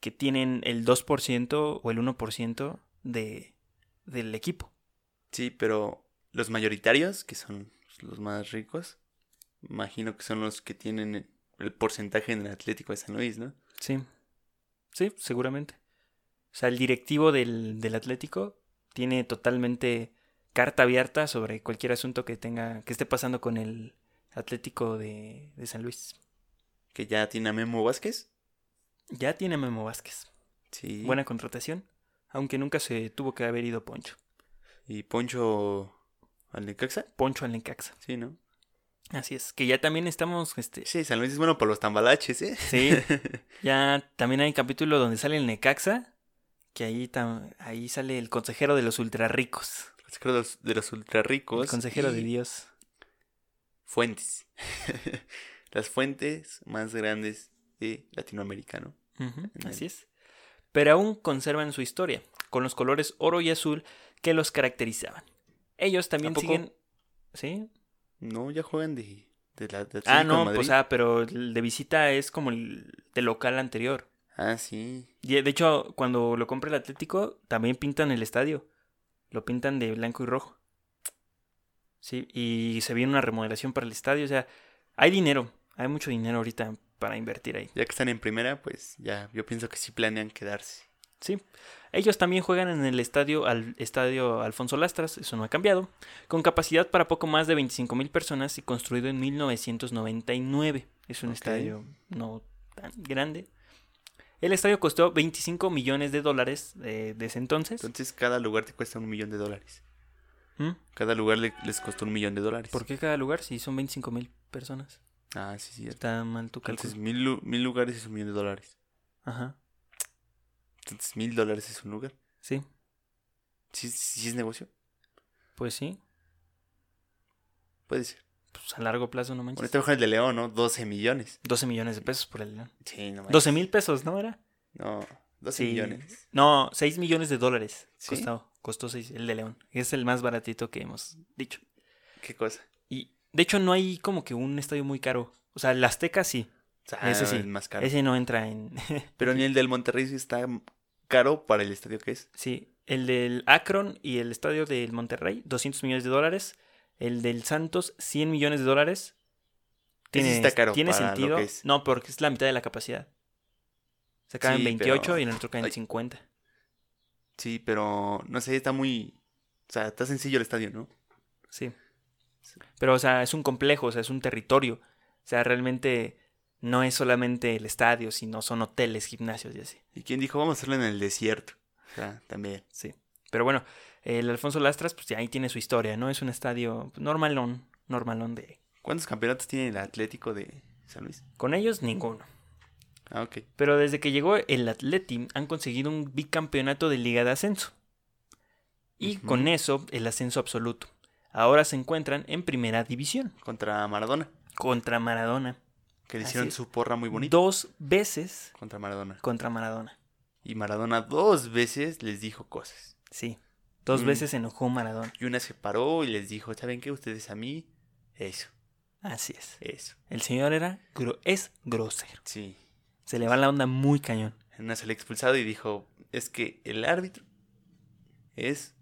Speaker 2: que tienen el 2% o el 1% de, del equipo.
Speaker 1: Sí, pero los mayoritarios, que son los más ricos, imagino que son los que tienen el porcentaje en el Atlético de San Luis, ¿no?
Speaker 2: Sí. Sí, seguramente. O sea, el directivo del, del Atlético tiene totalmente carta abierta sobre cualquier asunto que tenga, que esté pasando con el Atlético de, de San Luis.
Speaker 1: Que ya tiene a Memo Vázquez.
Speaker 2: Ya tiene a Memo Vázquez.
Speaker 1: Sí.
Speaker 2: Buena contratación. Aunque nunca se tuvo que haber ido Poncho.
Speaker 1: Y Poncho al Necaxa.
Speaker 2: Poncho al Necaxa.
Speaker 1: Sí, ¿no?
Speaker 2: Así es, que ya también estamos, este,
Speaker 1: Sí, San Luis es bueno para los tambalaches, ¿eh? (laughs)
Speaker 2: sí, ya también hay capítulo donde sale el Necaxa, que ahí, tam- ahí sale el consejero de los ultra ricos,
Speaker 1: Los creo de los, de los ultra ricos.
Speaker 2: el consejero de
Speaker 1: Pues, y
Speaker 2: Dios.
Speaker 1: Fuentes. (laughs) Las fuentes más grandes de Latinoamérica, ¿no?
Speaker 2: Ujú,
Speaker 1: Ujú.
Speaker 2: así es. Pero aún conservan su historia, con los colores oro y azul que los caracterizaban. Ellos también
Speaker 1: ¿A poco?
Speaker 2: siguen, ¿sí?
Speaker 1: No, ya juegan de, de la de Atlético
Speaker 2: Ah,
Speaker 1: de
Speaker 2: no,
Speaker 1: Madrid.
Speaker 2: pues ah, pero el de visita es como el de local anterior.
Speaker 1: Ah, sí.
Speaker 2: Y, eh, De hecho, cuando lo compra el Atlético, también pintan el estadio. Lo pintan de blanco y rojo. Sí, y se viene una remodelación para el estadio. O sea, hay dinero. Hay mucho dinero ahorita para invertir ahí.
Speaker 1: Ya que están en primera, pues ya yo pienso que sí planean quedarse.
Speaker 2: Sí. Ellos también juegan en el estadio, al estadio Alfonso Lastras, eso no ha cambiado, con capacidad para poco más de 25 mil personas y construido en 1999. Es un
Speaker 1: Ok.
Speaker 2: estadio no tan grande. El estadio costó 25 millones de dólares eh, desde entonces.
Speaker 1: Entonces cada lugar te cuesta un millón de dólares.
Speaker 2: ¿Mm?
Speaker 1: Cada lugar le- les costó un millón de dólares.
Speaker 2: Pues, ¿Por qué cada lugar? Si son 25 mil personas.
Speaker 1: Ah, sí, sí.
Speaker 2: Está mal tu
Speaker 1: Entonces
Speaker 2: cálculo.
Speaker 1: mil, lu- mil lugares es un millón de dólares.
Speaker 2: Ajá.
Speaker 1: Entonces mil dólares es un lugar.
Speaker 2: Sí,
Speaker 1: ¿Sí, sí es negocio?
Speaker 2: pues sí.
Speaker 1: Puede ser.
Speaker 2: Pues a largo plazo no
Speaker 1: Bueno,
Speaker 2: manches.
Speaker 1: está mejor el de León, ¿no? 12 millones.
Speaker 2: 12 millones de pesos por el león.
Speaker 1: Sí, no manches.
Speaker 2: 12 mil pesos, ¿no era?
Speaker 1: No, 12
Speaker 2: Sí.
Speaker 1: millones.
Speaker 2: No, 6 millones de dólares.
Speaker 1: ¿Sí?
Speaker 2: Costó, costó 6, el de león. Es el más baratito que hemos dicho.
Speaker 1: ¿Qué cosa?
Speaker 2: Y de hecho no hay como que un estadio muy caro. O sea, el Azteca sí.
Speaker 1: O sea,
Speaker 2: Ese sí,
Speaker 1: es más caro.
Speaker 2: Ese no entra en...
Speaker 1: Pero ni el del Monterrey sí está caro para el estadio que es.
Speaker 2: sí. El del Akron y el estadio del Monterrey, 200 millones de dólares. El del Santos, 100 millones de dólares.
Speaker 1: Ese sí
Speaker 2: Tiene,
Speaker 1: está caro
Speaker 2: tiene
Speaker 1: para lo
Speaker 2: sentido.
Speaker 1: que es.
Speaker 2: No, porque es la mitad de la capacidad. Se caen
Speaker 1: Sí,
Speaker 2: 28
Speaker 1: pero-
Speaker 2: y en el otro caen
Speaker 1: Ay.
Speaker 2: 50.
Speaker 1: Sí, pero no sé, está muy. O sea, está sencillo el estadio, ¿no?
Speaker 2: Sí.
Speaker 1: Sí.
Speaker 2: Pero, o sea, es un complejo, o sea, es un territorio. O sea, realmente no es solamente el estadio, sino son hoteles, gimnasios y así.
Speaker 1: ¿Y quién dijo, vamos a hacerlo en el desierto? O sea, también.
Speaker 2: Sí. Pero bueno, el Alfonso Lastras, pues ya ahí tiene su historia, ¿no? Es un estadio pues, normalón, normalón de...
Speaker 1: ¿Cuántos campeonatos tiene el Atlético de San Luis?
Speaker 2: Con ellos, ninguno.
Speaker 1: Ah, ok.
Speaker 2: Pero desde que llegó el Atleti, han conseguido un bicampeonato de Liga de Ascenso. Y
Speaker 1: Ujú.
Speaker 2: con eso, el ascenso absoluto. Ahora se encuentran en primera división,
Speaker 1: Contra Maradona,
Speaker 2: contra Maradona.
Speaker 1: que le
Speaker 2: Así
Speaker 1: hicieron
Speaker 2: es.
Speaker 1: su porra muy bonita.
Speaker 2: Dos veces
Speaker 1: Contra Maradona.
Speaker 2: contra Maradona.
Speaker 1: Y Maradona dos veces les dijo cosas.
Speaker 2: Sí. Dos
Speaker 1: Mm.
Speaker 2: veces se enojó Maradona.
Speaker 1: Y una se paró y les dijo, ¿saben qué? Ustedes a mí. Eso,
Speaker 2: Así es.
Speaker 1: eso.
Speaker 2: El señor era gro- es grosero.
Speaker 1: Sí.
Speaker 2: Se le va la onda muy cañón.
Speaker 1: En una se le expulsado y dijo, es que el árbitro es...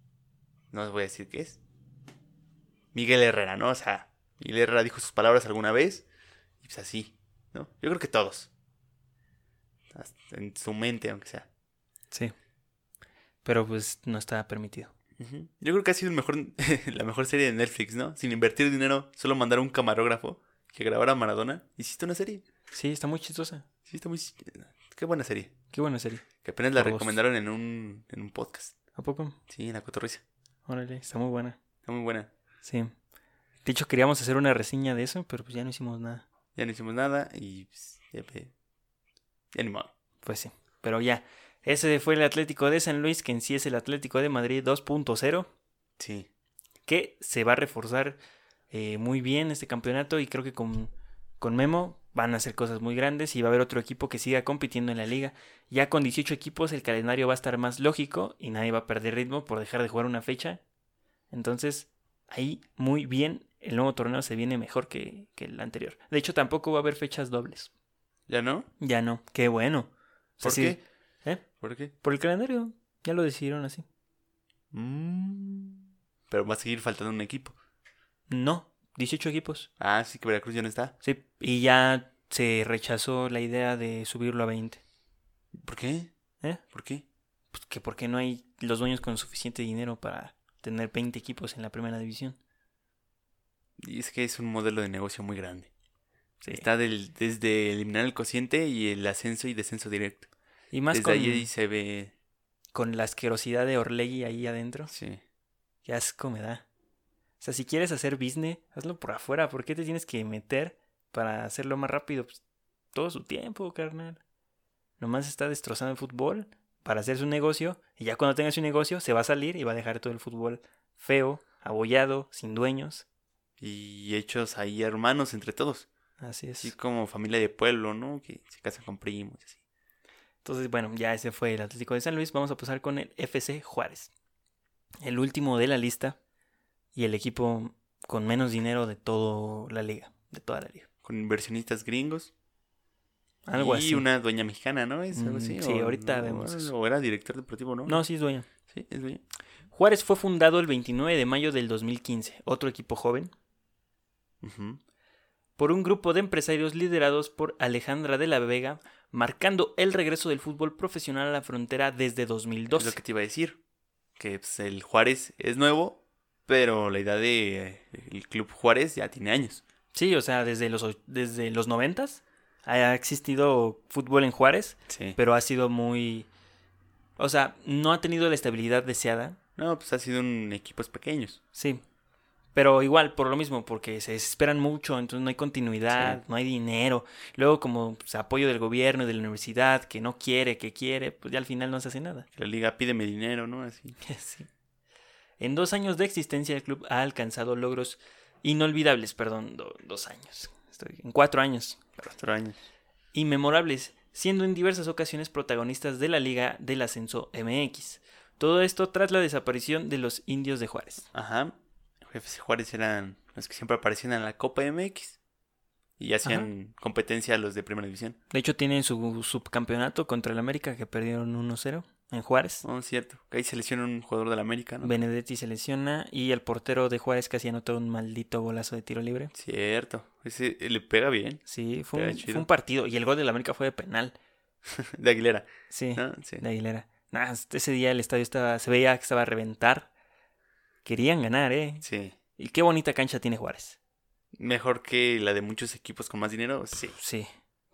Speaker 1: No os voy a decir qué es. Miguel Herrera, ¿no? O sea, Miguel Herrera dijo sus palabras alguna vez. Y pues así, ¿no? Yo creo que todos. Hasta en su mente, aunque sea.
Speaker 2: Sí. Pero pues no estaba permitido.
Speaker 1: Ujú. Yo creo que ha sido el mejor, (laughs) la mejor serie de Netflix, ¿no? Sin invertir dinero, solo mandar a un camarógrafo que grabara a Maradona. Hiciste una serie.
Speaker 2: Sí, está muy chistosa.
Speaker 1: Sí, está muy... Qué buena serie.
Speaker 2: Qué buena serie.
Speaker 1: Que apenas la
Speaker 2: Por dos.
Speaker 1: recomendaron en un, en un podcast.
Speaker 2: ¿A poco?
Speaker 1: Sí, en la cotorriza.
Speaker 2: Órale, está muy buena.
Speaker 1: Está muy buena.
Speaker 2: Sí. De hecho, queríamos hacer una reseña de eso, pero pues ya no hicimos nada.
Speaker 1: Ya no hicimos nada y pues, ya, pe- ya ni modo.
Speaker 2: Pues sí. Pero ya. Ese fue el Atlético de San Luis, que en sí es el Atlético de Madrid 2.0,
Speaker 1: Sí.
Speaker 2: que se va a reforzar eh, muy bien este campeonato y creo que con, con Memo van a hacer cosas muy grandes y va a haber otro equipo que siga compitiendo en la liga. Ya con 18 equipos el calendario va a estar más lógico y nadie va a perder ritmo por dejar de jugar una fecha. Entonces, ahí muy bien, el nuevo torneo se viene mejor que, que el anterior. De hecho, tampoco va a haber fechas dobles.
Speaker 1: ¿Ya no?
Speaker 2: Ya no, qué bueno. O sea,
Speaker 1: ¿Por
Speaker 2: sí,
Speaker 1: qué?
Speaker 2: ¿eh?
Speaker 1: ¿Por qué?
Speaker 2: Por el calendario, ya lo decidieron así.
Speaker 1: Mm. Pero va a seguir faltando un equipo.
Speaker 2: No, 18 equipos.
Speaker 1: Ah, sí que Veracruz ya no está.
Speaker 2: Sí, y ya se rechazó la idea de subirlo a 20.
Speaker 1: ¿Por qué?
Speaker 2: ¿Eh?
Speaker 1: ¿Por qué?
Speaker 2: Pues que porque no hay los dueños con suficiente dinero para tener 20 equipos en la primera división.
Speaker 1: Y es que es un modelo de negocio muy grande.
Speaker 2: Sí.
Speaker 1: Está del, desde eliminar el cociente y el ascenso y descenso directo.
Speaker 2: y más
Speaker 1: desde
Speaker 2: con,
Speaker 1: ahí se ve.
Speaker 2: con la asquerosidad de Orlegi ahí adentro.
Speaker 1: Sí.
Speaker 2: Qué asco me da. O sea, si quieres hacer business, hazlo por afuera. ¿Por qué te tienes que meter para hacerlo más rápido? Pues, todo su tiempo, carnal. Nomás está destrozando el fútbol para hacer su negocio. Y ya cuando tenga su negocio, se va a salir y va a dejar todo el fútbol feo, abollado, sin dueños.
Speaker 1: Y hechos ahí hermanos entre todos.
Speaker 2: Así es.
Speaker 1: Así como familia de pueblo, ¿no? Que se casan con primos y así.
Speaker 2: Entonces, bueno, ya ese fue el Atlético de San Luis. Vamos a pasar con el FC Juárez. El último de la lista y el equipo con menos dinero de toda la liga. De toda la liga.
Speaker 1: Con inversionistas gringos.
Speaker 2: Algo
Speaker 1: y
Speaker 2: así.
Speaker 1: una dueña mexicana, ¿no? ¿Es algo
Speaker 2: Mm,
Speaker 1: así?
Speaker 2: sí, ahorita
Speaker 1: o-
Speaker 2: vemos eso.
Speaker 1: O era director deportivo, ¿no?
Speaker 2: No, sí es dueño.
Speaker 1: Sí, es dueña.
Speaker 2: Juárez fue fundado el 29 de mayo del 2015, otro equipo joven,
Speaker 1: Ujú.
Speaker 2: por un grupo de empresarios liderados por Alejandra de la Vega, marcando el regreso del fútbol profesional a la frontera desde
Speaker 1: Es
Speaker 2: 2012.
Speaker 1: lo que te iba a decir. Que pues, el Juárez es nuevo, pero la idea de eh, el Club Juárez ya tiene años.
Speaker 2: Sí, o sea, desde los, och- desde los 90 ha existido fútbol en Juárez,
Speaker 1: Sí.
Speaker 2: pero ha sido muy... O sea, no ha tenido la estabilidad deseada,
Speaker 1: No, pues ha sido un equipos pequeños.
Speaker 2: sí. Pero igual, por lo mismo, porque se desesperan mucho, entonces no hay continuidad,
Speaker 1: Sí.
Speaker 2: no hay dinero. Luego, como pues, apoyo del gobierno y de la universidad, que no quiere, que quiere, pues ya al final no se hace nada. (laughs)
Speaker 1: La liga pídeme dinero, ¿no? Así.
Speaker 2: Sí. En dos años de existencia, el club ha alcanzado logros inolvidables, perdón, do- dos años. Estoy, en cuatro años,
Speaker 1: Cuatro años.
Speaker 2: y memorables, siendo en diversas ocasiones protagonistas de la Liga del Ascenso MX. Todo esto tras la desaparición de los indios de Juárez.
Speaker 1: Ajá. FC Juárez eran los que siempre aparecían en la Copa MX. Y hacían competencia a los de Primera División.
Speaker 2: De hecho, tienen su subcampeonato contra el América que perdieron 1-0. en Juárez.
Speaker 1: No, es Oh, cierto. Que ahí se lesiona un jugador del América, ¿no?
Speaker 2: Benedetti se lesiona y el portero de Juárez casi anotó un maldito golazo de tiro libre.
Speaker 1: Cierto. Ese eh, le pega bien. (laughs)
Speaker 2: Sí, fue
Speaker 1: Está
Speaker 2: un,
Speaker 1: chido.
Speaker 2: fue un partido. Y el gol del América fue de penal.
Speaker 1: De Aguilera.
Speaker 2: Sí,
Speaker 1: ¿no? Sí.
Speaker 2: de Aguilera. Nah, ese día el estadio estaba, se veía que estaba a reventar. Querían ganar, ¿eh?
Speaker 1: Sí.
Speaker 2: Y qué bonita cancha tiene Juárez.
Speaker 1: Mejor que la de muchos equipos con más dinero, sí.
Speaker 2: Sí,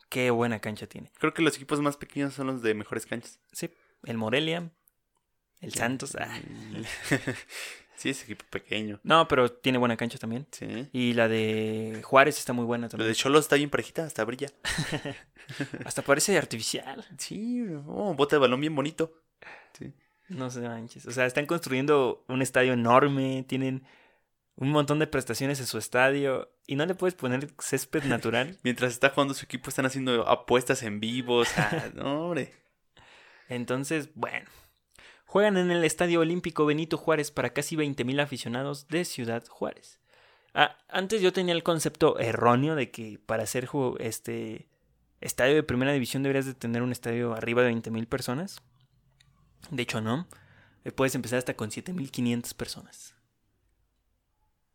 Speaker 2: qué buena cancha tiene.
Speaker 1: Creo que los equipos más pequeños son los de mejores canchas.
Speaker 2: Sí, el Morelia, el Santos. ah.
Speaker 1: El- Mm. (laughs) sí, es equipo pequeño.
Speaker 2: No, pero tiene buena cancha también.
Speaker 1: Sí.
Speaker 2: Y la de Juárez está muy buena
Speaker 1: Lo
Speaker 2: también.
Speaker 1: de Cholos está bien parejita, hasta brilla.
Speaker 2: Hasta parece artificial.
Speaker 1: Sí, oh, bota de balón bien bonito. Sí.
Speaker 2: No se manches. O sea, están construyendo un estadio enorme, tienen un montón de prestaciones en su estadio y no le puedes poner césped natural.
Speaker 1: Mientras está jugando su equipo, están haciendo apuestas en vivo. o
Speaker 2: (laughs)
Speaker 1: sea, no, hombre.
Speaker 2: Entonces, bueno. Juegan en el Estadio Olímpico Benito Juárez para casi 20.000 aficionados de Ciudad Juárez. Ah, antes yo tenía el concepto erróneo de que para hacer ju- este estadio de primera división deberías de tener un estadio arriba de 20.000 personas. De hecho, no. Eh, Puedes empezar hasta con 7.500 personas.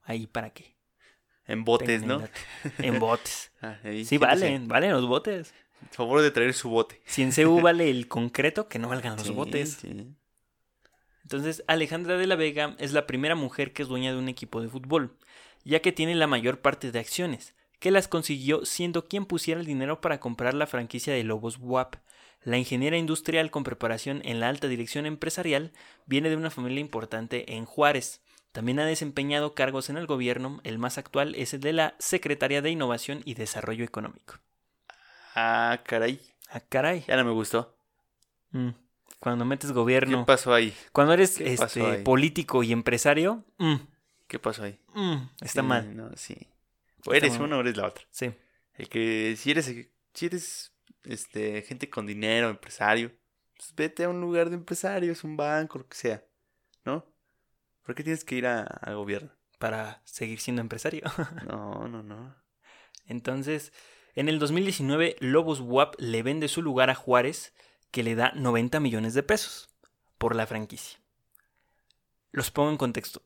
Speaker 2: Ahí para qué.
Speaker 1: En botes,
Speaker 2: Tengan el
Speaker 1: ¿no?
Speaker 2: dato. En botes.
Speaker 1: (laughs) Ah, ahí,
Speaker 2: (laughs)
Speaker 1: siéntese.
Speaker 2: Sí, valen, valen los botes.
Speaker 1: Favor de traer su bote.
Speaker 2: Si en CU vale el concreto, que no valgan los
Speaker 1: Sí,
Speaker 2: botes.
Speaker 1: sí.
Speaker 2: Entonces, Alejandra de la Vega es la primera mujer que es dueña de un equipo de fútbol, ya que tiene la mayor parte de acciones, que las consiguió siendo quien pusiera el dinero para comprar la franquicia de Lobos WAP. La ingeniera industrial con preparación en la alta dirección empresarial viene de una familia importante en Juárez. También ha desempeñado cargos en el gobierno, el más actual es el de la Secretaria de Innovación y Desarrollo Económico.
Speaker 1: Ah, caray.
Speaker 2: Ah, caray.
Speaker 1: Ya no me gustó.
Speaker 2: Mm, Cuando metes
Speaker 1: ¿Qué
Speaker 2: gobierno,
Speaker 1: pasó ahí?
Speaker 2: cuando eres
Speaker 1: ¿Qué pasó
Speaker 2: este,
Speaker 1: ahí?
Speaker 2: político y empresario, mm,
Speaker 1: ¿Qué pasó ahí?
Speaker 2: Mm, está
Speaker 1: Sí,
Speaker 2: mal.
Speaker 1: No, sí. O
Speaker 2: Está
Speaker 1: eres
Speaker 2: mal.
Speaker 1: una o eres la otra.
Speaker 2: Sí.
Speaker 1: El que si eres, si eres este, gente con dinero, empresario, pues vete a un lugar de empresarios, un banco, lo que sea, ¿no? ¿Por qué tienes que ir a- al
Speaker 2: (laughs)
Speaker 1: gobierno?
Speaker 2: Para seguir siendo empresario. (laughs)
Speaker 1: No, no, no.
Speaker 2: Entonces, en el 2019, Lobos WAP le vende su lugar a Juárez, que le da 90 millones de pesos por la franquicia. Los pongo en contexto.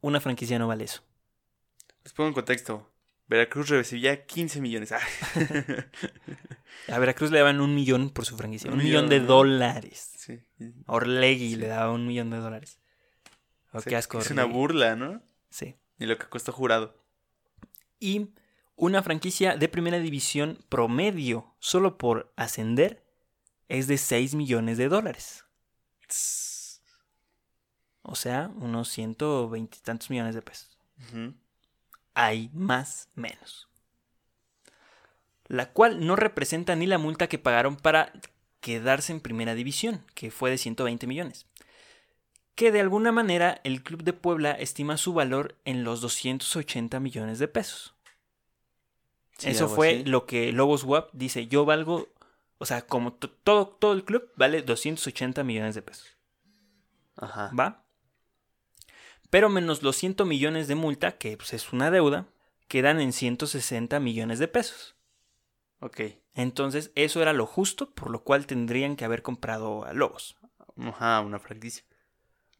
Speaker 2: Una franquicia no vale eso.
Speaker 1: Les pongo en contexto. Veracruz recibía 15 millones. (laughs) Ah,
Speaker 2: A Veracruz le daban un millón por su franquicia. Un,
Speaker 1: Un
Speaker 2: millón,
Speaker 1: millón,
Speaker 2: de
Speaker 1: ¿no?
Speaker 2: dólares.
Speaker 1: sí.
Speaker 2: A Orlegui
Speaker 1: Sí.
Speaker 2: le daba un millón de dólares. Oh,
Speaker 1: Sí,
Speaker 2: qué asco.
Speaker 1: Es una
Speaker 2: Orlegui.
Speaker 1: burla, ¿no?
Speaker 2: Sí.
Speaker 1: Y lo que costó jurado.
Speaker 2: y una franquicia de primera división promedio solo por ascender es de 6 millones de dólares.
Speaker 1: Tss.
Speaker 2: O sea, unos 120 y tantos millones de pesos.
Speaker 1: Ujú.
Speaker 2: Hay más menos. La cual no representa ni la multa que pagaron para quedarse en primera división, que fue de 120 millones. Que de alguna manera el Club de Puebla estima su valor en los 280 millones de pesos.
Speaker 1: Sí,
Speaker 2: Eso
Speaker 1: algo
Speaker 2: fue
Speaker 1: así.
Speaker 2: lo que Lobos WAP dice, yo valgo, o sea, como to- todo, todo el club vale 280 millones de pesos,
Speaker 1: Ajá.
Speaker 2: ¿va? Pero menos los 100 millones de multa, que pues, es una deuda, quedan en 160 millones de pesos.
Speaker 1: Ok.
Speaker 2: Entonces, eso era lo justo, por lo cual tendrían que haber comprado a Lobos,
Speaker 1: Ajá, una franquicia.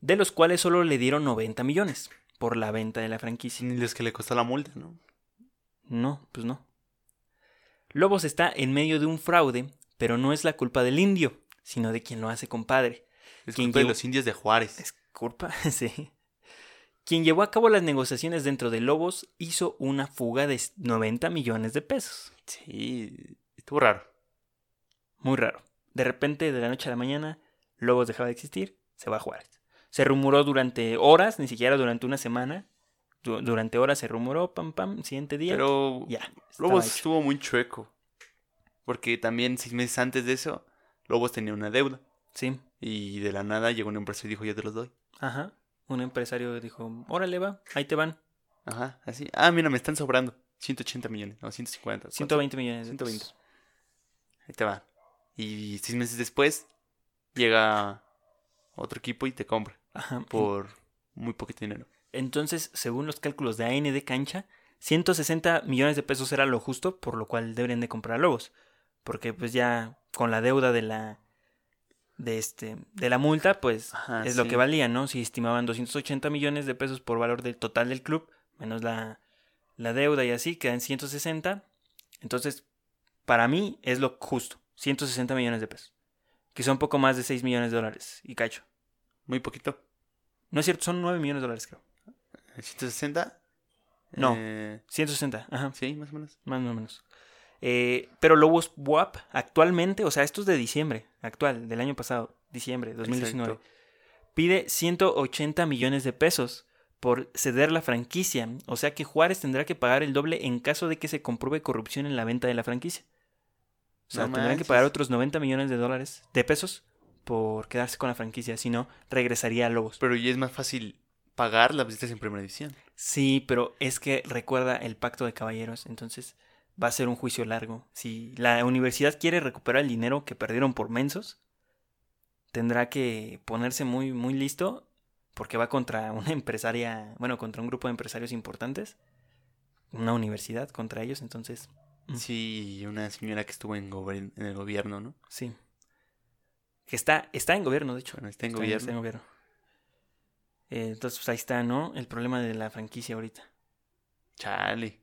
Speaker 2: de los cuales solo le dieron 90 millones por la venta de la franquicia.
Speaker 1: Ni los que le costó la multa, ¿no?
Speaker 2: No, pues no. Lobos está en medio de un fraude, pero no es la culpa del indio, sino de quien lo hace compadre.
Speaker 1: Es
Speaker 2: ¿Quién
Speaker 1: culpa de
Speaker 2: llevó?
Speaker 1: los indios de Juárez.
Speaker 2: Es culpa, (laughs) sí. Quien llevó a cabo las negociaciones dentro de Lobos hizo una fuga de 90 millones de pesos.
Speaker 1: Sí, estuvo raro.
Speaker 2: Muy raro. De repente, de la noche a la mañana, Lobos dejaba de existir, se va a Juárez. Se rumoró durante horas, ni siquiera durante una semana. Du- durante horas se rumoró, pam, pam, siguiente día.
Speaker 1: Pero
Speaker 2: ya. estaba
Speaker 1: Lobos
Speaker 2: hecho.
Speaker 1: estuvo muy chueco. Porque también seis meses antes de eso, Lobos tenía una deuda.
Speaker 2: Sí.
Speaker 1: Y de la nada llegó una empresa y dijo, yo te los doy.
Speaker 2: Ajá. Un empresario dijo, órale va, ahí te van.
Speaker 1: Ajá, así. Ah, mira, me están sobrando. 180 millones, no, 150. ¿cuánto?
Speaker 2: 120 millones. de
Speaker 1: 120.
Speaker 2: pesos.
Speaker 1: Ahí te va. Y seis meses después, llega otro equipo y te compra
Speaker 2: Ajá.
Speaker 1: por muy poquito dinero.
Speaker 2: Entonces, según los cálculos de AN de cancha, 160 millones de pesos era lo justo, por lo cual deberían de comprar a Lobos. Porque pues ya con la deuda de la de, este, de la multa, pues
Speaker 1: Ajá,
Speaker 2: es lo
Speaker 1: sí.
Speaker 2: que valía, ¿no? Si estimaban 280 millones de pesos por valor del total del club, menos la, la deuda y así, quedan 160. Entonces, para mí es lo justo, 160 millones de pesos, que son poco más de 6 millones de dólares y cacho.
Speaker 1: Muy poquito.
Speaker 2: No es cierto, son 9 millones de dólares, creo.
Speaker 1: 160.
Speaker 2: No.
Speaker 1: Eh,
Speaker 2: 160, ajá.
Speaker 1: sí, más o menos.
Speaker 2: Más o menos. Eh, pero Lobos WAP actualmente, o sea, esto es de diciembre, actual, del año pasado, diciembre de 2019,
Speaker 1: Exacto.
Speaker 2: pide 180 millones de pesos por ceder la franquicia. O sea que Juárez tendrá que pagar el doble en caso de que se compruebe corrupción en la venta de la franquicia. O sea,
Speaker 1: No
Speaker 2: tendrán que
Speaker 1: manches.
Speaker 2: pagar otros 90 millones de dólares, de pesos, por quedarse con la franquicia. Si no, regresaría a Lobos.
Speaker 1: Pero ya es más fácil pagar las visitas en primera división.
Speaker 2: Sí, pero es que recuerda el pacto de caballeros, entonces va a ser un juicio largo. Si la universidad quiere recuperar el dinero que perdieron por mensos, tendrá que ponerse muy, muy listo porque va contra una (laughs) empresaria, bueno, contra un grupo de empresarios importantes, una universidad contra ellos, entonces Mm.
Speaker 1: Sí, y una señora que estuvo en, gober- en el gobierno, ¿no?
Speaker 2: sí. Que está, está en gobierno, de hecho.
Speaker 1: Bueno, está en
Speaker 2: Está en-
Speaker 1: gobierno.
Speaker 2: está en gobierno. Eh, entonces, pues ahí está, ¿no? El problema de la franquicia ahorita.
Speaker 1: Chale.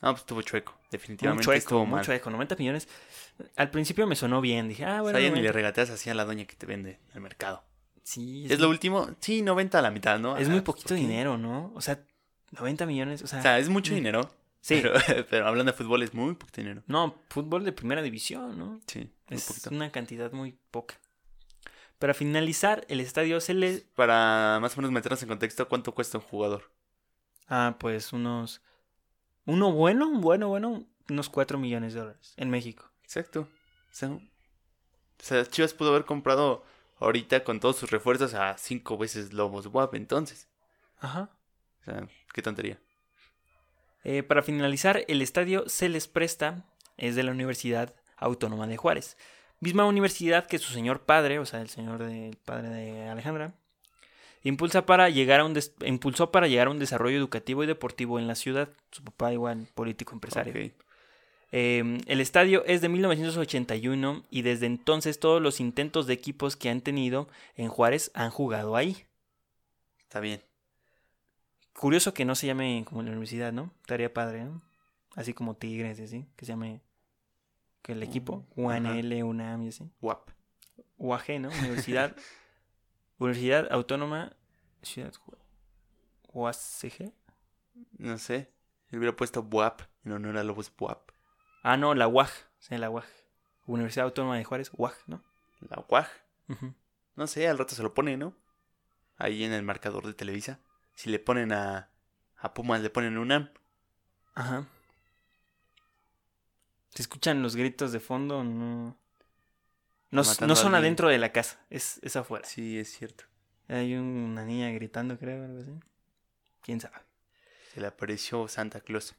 Speaker 1: No, pues estuvo chueco. Definitivamente
Speaker 2: Mucho eco,
Speaker 1: estuvo mal.
Speaker 2: mucho eco, 90 millones. Al principio me sonó bien, dije, ah,
Speaker 1: O sea,
Speaker 2: bueno.
Speaker 1: ya ni
Speaker 2: 90.
Speaker 1: le regateas así a la doña que te vende al mercado.
Speaker 2: Sí,
Speaker 1: Es, lo último. Sí, 90 a la mitad, ¿no?
Speaker 2: es
Speaker 1: Ah,
Speaker 2: muy
Speaker 1: pues,
Speaker 2: poquito
Speaker 1: ok.
Speaker 2: dinero, ¿no? O sea, 90 millones, o sea,
Speaker 1: O sea, es mucho
Speaker 2: Mm.
Speaker 1: dinero.
Speaker 2: sí.
Speaker 1: Pero, (laughs) pero hablando de fútbol es muy poquito dinero.
Speaker 2: No, fútbol de primera división, ¿no?
Speaker 1: Sí, muy
Speaker 2: Es
Speaker 1: poquito.
Speaker 2: una cantidad muy poca. Para finalizar, el estadio se le...
Speaker 1: Para más o menos meternos en contexto, ¿cuánto cuesta un jugador?
Speaker 2: Ah, pues unos... Uno bueno, bueno, bueno, unos 4 millones de dólares en México.
Speaker 1: Exacto. O sea, o sea, Chivas pudo haber comprado ahorita con todos sus refuerzos a cinco veces Lobos WAP, entonces.
Speaker 2: Ajá.
Speaker 1: O sea, qué tontería.
Speaker 2: Eh, para finalizar, el estadio se les presta, es de la Universidad Autónoma de Juárez. Misma universidad que su señor padre, o sea, el señor del padre de Alejandra, impulsa para llegar a un des- impulsó para llegar a un desarrollo educativo y deportivo en la ciudad. Su papá igual, político empresario.
Speaker 1: Ok.
Speaker 2: Eh, el estadio es de 1981 y desde entonces todos los intentos de equipos que han tenido en Juárez han jugado ahí.
Speaker 1: Está bien.
Speaker 2: Curioso que no se llame como la universidad, ¿no? Estaría padre, ¿no? Así como Tigres y así, que se llame que el equipo,
Speaker 1: Mm, ajá.
Speaker 2: UNL, UNAM y así.
Speaker 1: WAP.
Speaker 2: UAG, ¿no?
Speaker 1: (laughs)
Speaker 2: Universidad Universidad Autónoma Ciudad Ju- UACG.
Speaker 1: No sé. Le hubiera puesto WAP en honor a Lobos WAP.
Speaker 2: Ah, no, la UAG, sí, la UAG. Universidad Autónoma de Juárez, UAG, ¿no?
Speaker 1: La WAG.
Speaker 2: Ujú.
Speaker 1: No sé, al rato se lo pone, ¿no? Ahí en el marcador de Televisa. Si le ponen a, a Pumas, le ponen UNAM.
Speaker 2: Ajá. ¿Se escuchan los gritos de fondo? No. No, s-
Speaker 1: Matando
Speaker 2: no
Speaker 1: a
Speaker 2: son
Speaker 1: alguien.
Speaker 2: adentro de la casa, es, es afuera.
Speaker 1: Sí, es cierto.
Speaker 2: Hay una niña gritando, creo, algo así. Quién sabe.
Speaker 1: Se le apareció Santa Claus.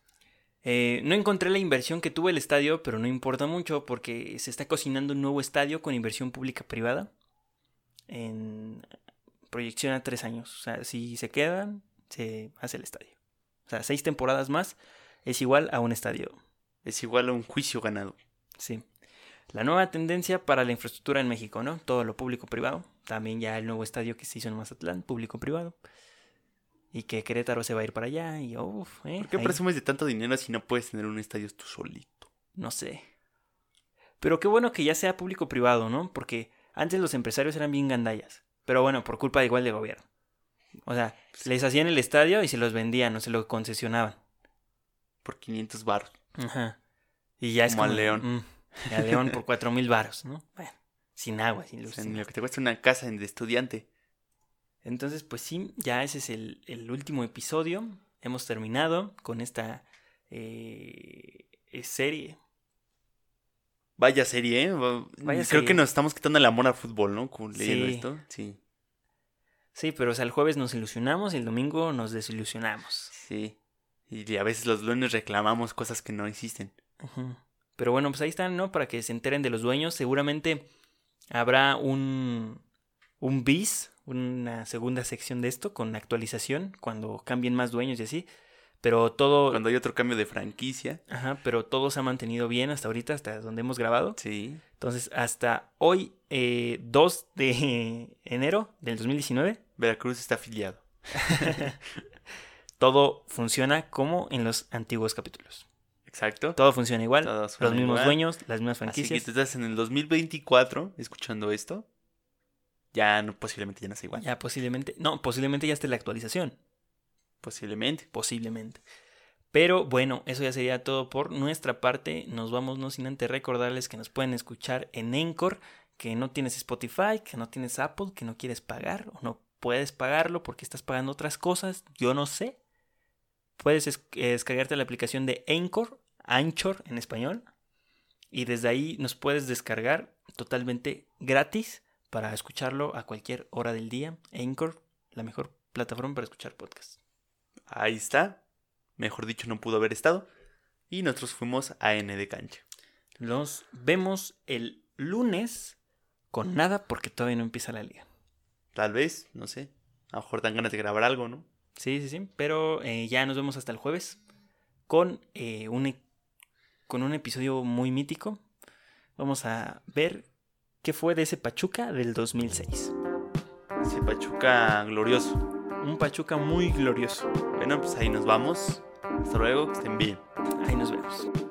Speaker 2: Eh, no encontré la inversión que tuvo el estadio, pero no importa mucho porque se está cocinando un nuevo estadio con inversión pública privada en proyección a tres años. O sea, si se quedan, se hace el estadio. O sea, seis temporadas más es igual a un estadio.
Speaker 1: Es igual a un juicio ganado.
Speaker 2: Sí. La nueva tendencia para la infraestructura en México, ¿no? Todo lo público-privado. También ya el nuevo estadio que se hizo en Mazatlán, público-privado. Y que Querétaro se va a ir para allá y uff, ¿eh?
Speaker 1: ¿Por qué
Speaker 2: ahí,
Speaker 1: presumes de tanto dinero si no puedes tener un estadio tú solito?
Speaker 2: No sé. Pero qué bueno que ya sea público-privado, ¿no? Porque antes los empresarios eran bien gandallas. Pero bueno, por culpa igual del gobierno. O sea, les hacían el estadio y se los vendían o se lo concesionaban.
Speaker 1: Por 500 baros.
Speaker 2: Ajá. Y ya es
Speaker 1: Como
Speaker 2: como...
Speaker 1: al León.
Speaker 2: mm, al León por cuatro mil varos, ¿no? Bueno, sin agua, sin
Speaker 1: O
Speaker 2: luz.
Speaker 1: sea,
Speaker 2: sin
Speaker 1: en lo que te cuesta una casa de estudiante.
Speaker 2: Entonces, pues sí, ya ese es el, el último episodio. Hemos terminado con esta eh, eh, serie.
Speaker 1: Vaya serie, ¿eh? Va-
Speaker 2: Vaya
Speaker 1: Creo
Speaker 2: serie.
Speaker 1: que nos estamos quitando el amor al fútbol, ¿no? Con leyendo
Speaker 2: Sí.
Speaker 1: esto. Sí.
Speaker 2: Sí, pero o sea, el jueves nos ilusionamos y el domingo nos desilusionamos.
Speaker 1: Sí. Y a veces los lunes reclamamos cosas que no existen.
Speaker 2: Ujú. Pero bueno, pues ahí están, ¿no? Para que se enteren de los dueños. Seguramente habrá un, un bis, una segunda sección de esto con actualización, cuando cambien más dueños y así. Pero todo,
Speaker 1: Cuando hay otro cambio de franquicia.
Speaker 2: ajá, pero todo se ha mantenido bien hasta ahorita, hasta donde hemos grabado.
Speaker 1: Sí.
Speaker 2: Entonces, hasta hoy, eh, 2 de (laughs) enero del 2019,
Speaker 1: Veracruz está afiliado.
Speaker 2: todo funciona como en los antiguos capítulos.
Speaker 1: Exacto.
Speaker 2: Todo funciona igual,
Speaker 1: Todo
Speaker 2: los
Speaker 1: suena
Speaker 2: mismos
Speaker 1: igual.
Speaker 2: dueños, las mismas
Speaker 1: Así que este
Speaker 2: franquicias.
Speaker 1: tú estás en el 2024 escuchando esto. Ya no, posiblemente ya no sea igual.
Speaker 2: Ya posiblemente, no, posiblemente ya esté la actualización,
Speaker 1: Posiblemente.
Speaker 2: posiblemente. Pero bueno, eso ya sería todo por nuestra parte. Nos vamos no sin antes recordarles que nos pueden escuchar en Encore, que no tienes Spotify, que no tienes Apple, que no quieres pagar o no puedes pagarlo porque estás pagando otras cosas, yo no sé. Puedes es- eh, descargarte la aplicación de Encore, Anchor en español, y desde ahí nos puedes descargar totalmente gratis para escucharlo a cualquier hora del día. Anchor, la mejor plataforma para escuchar podcasts.
Speaker 1: Ahí está. Mejor dicho, no pudo haber estado. Y nosotros fuimos a N de cancha.
Speaker 2: Nos vemos el lunes con nada porque todavía no empieza la liga.
Speaker 1: Tal vez, no sé. A lo mejor dan ganas de grabar algo, ¿no?
Speaker 2: Sí, sí, sí. Pero eh, ya nos vemos hasta el jueves con, eh, un, e- con un episodio muy mítico. Vamos a ver qué fue de ese Pachuca del 2006.
Speaker 1: Ese Pachuca glorioso.
Speaker 2: Un Pachuca muy glorioso.
Speaker 1: Bueno, pues ahí nos vamos. Hasta luego, que estén bien.
Speaker 2: Ahí nos vemos.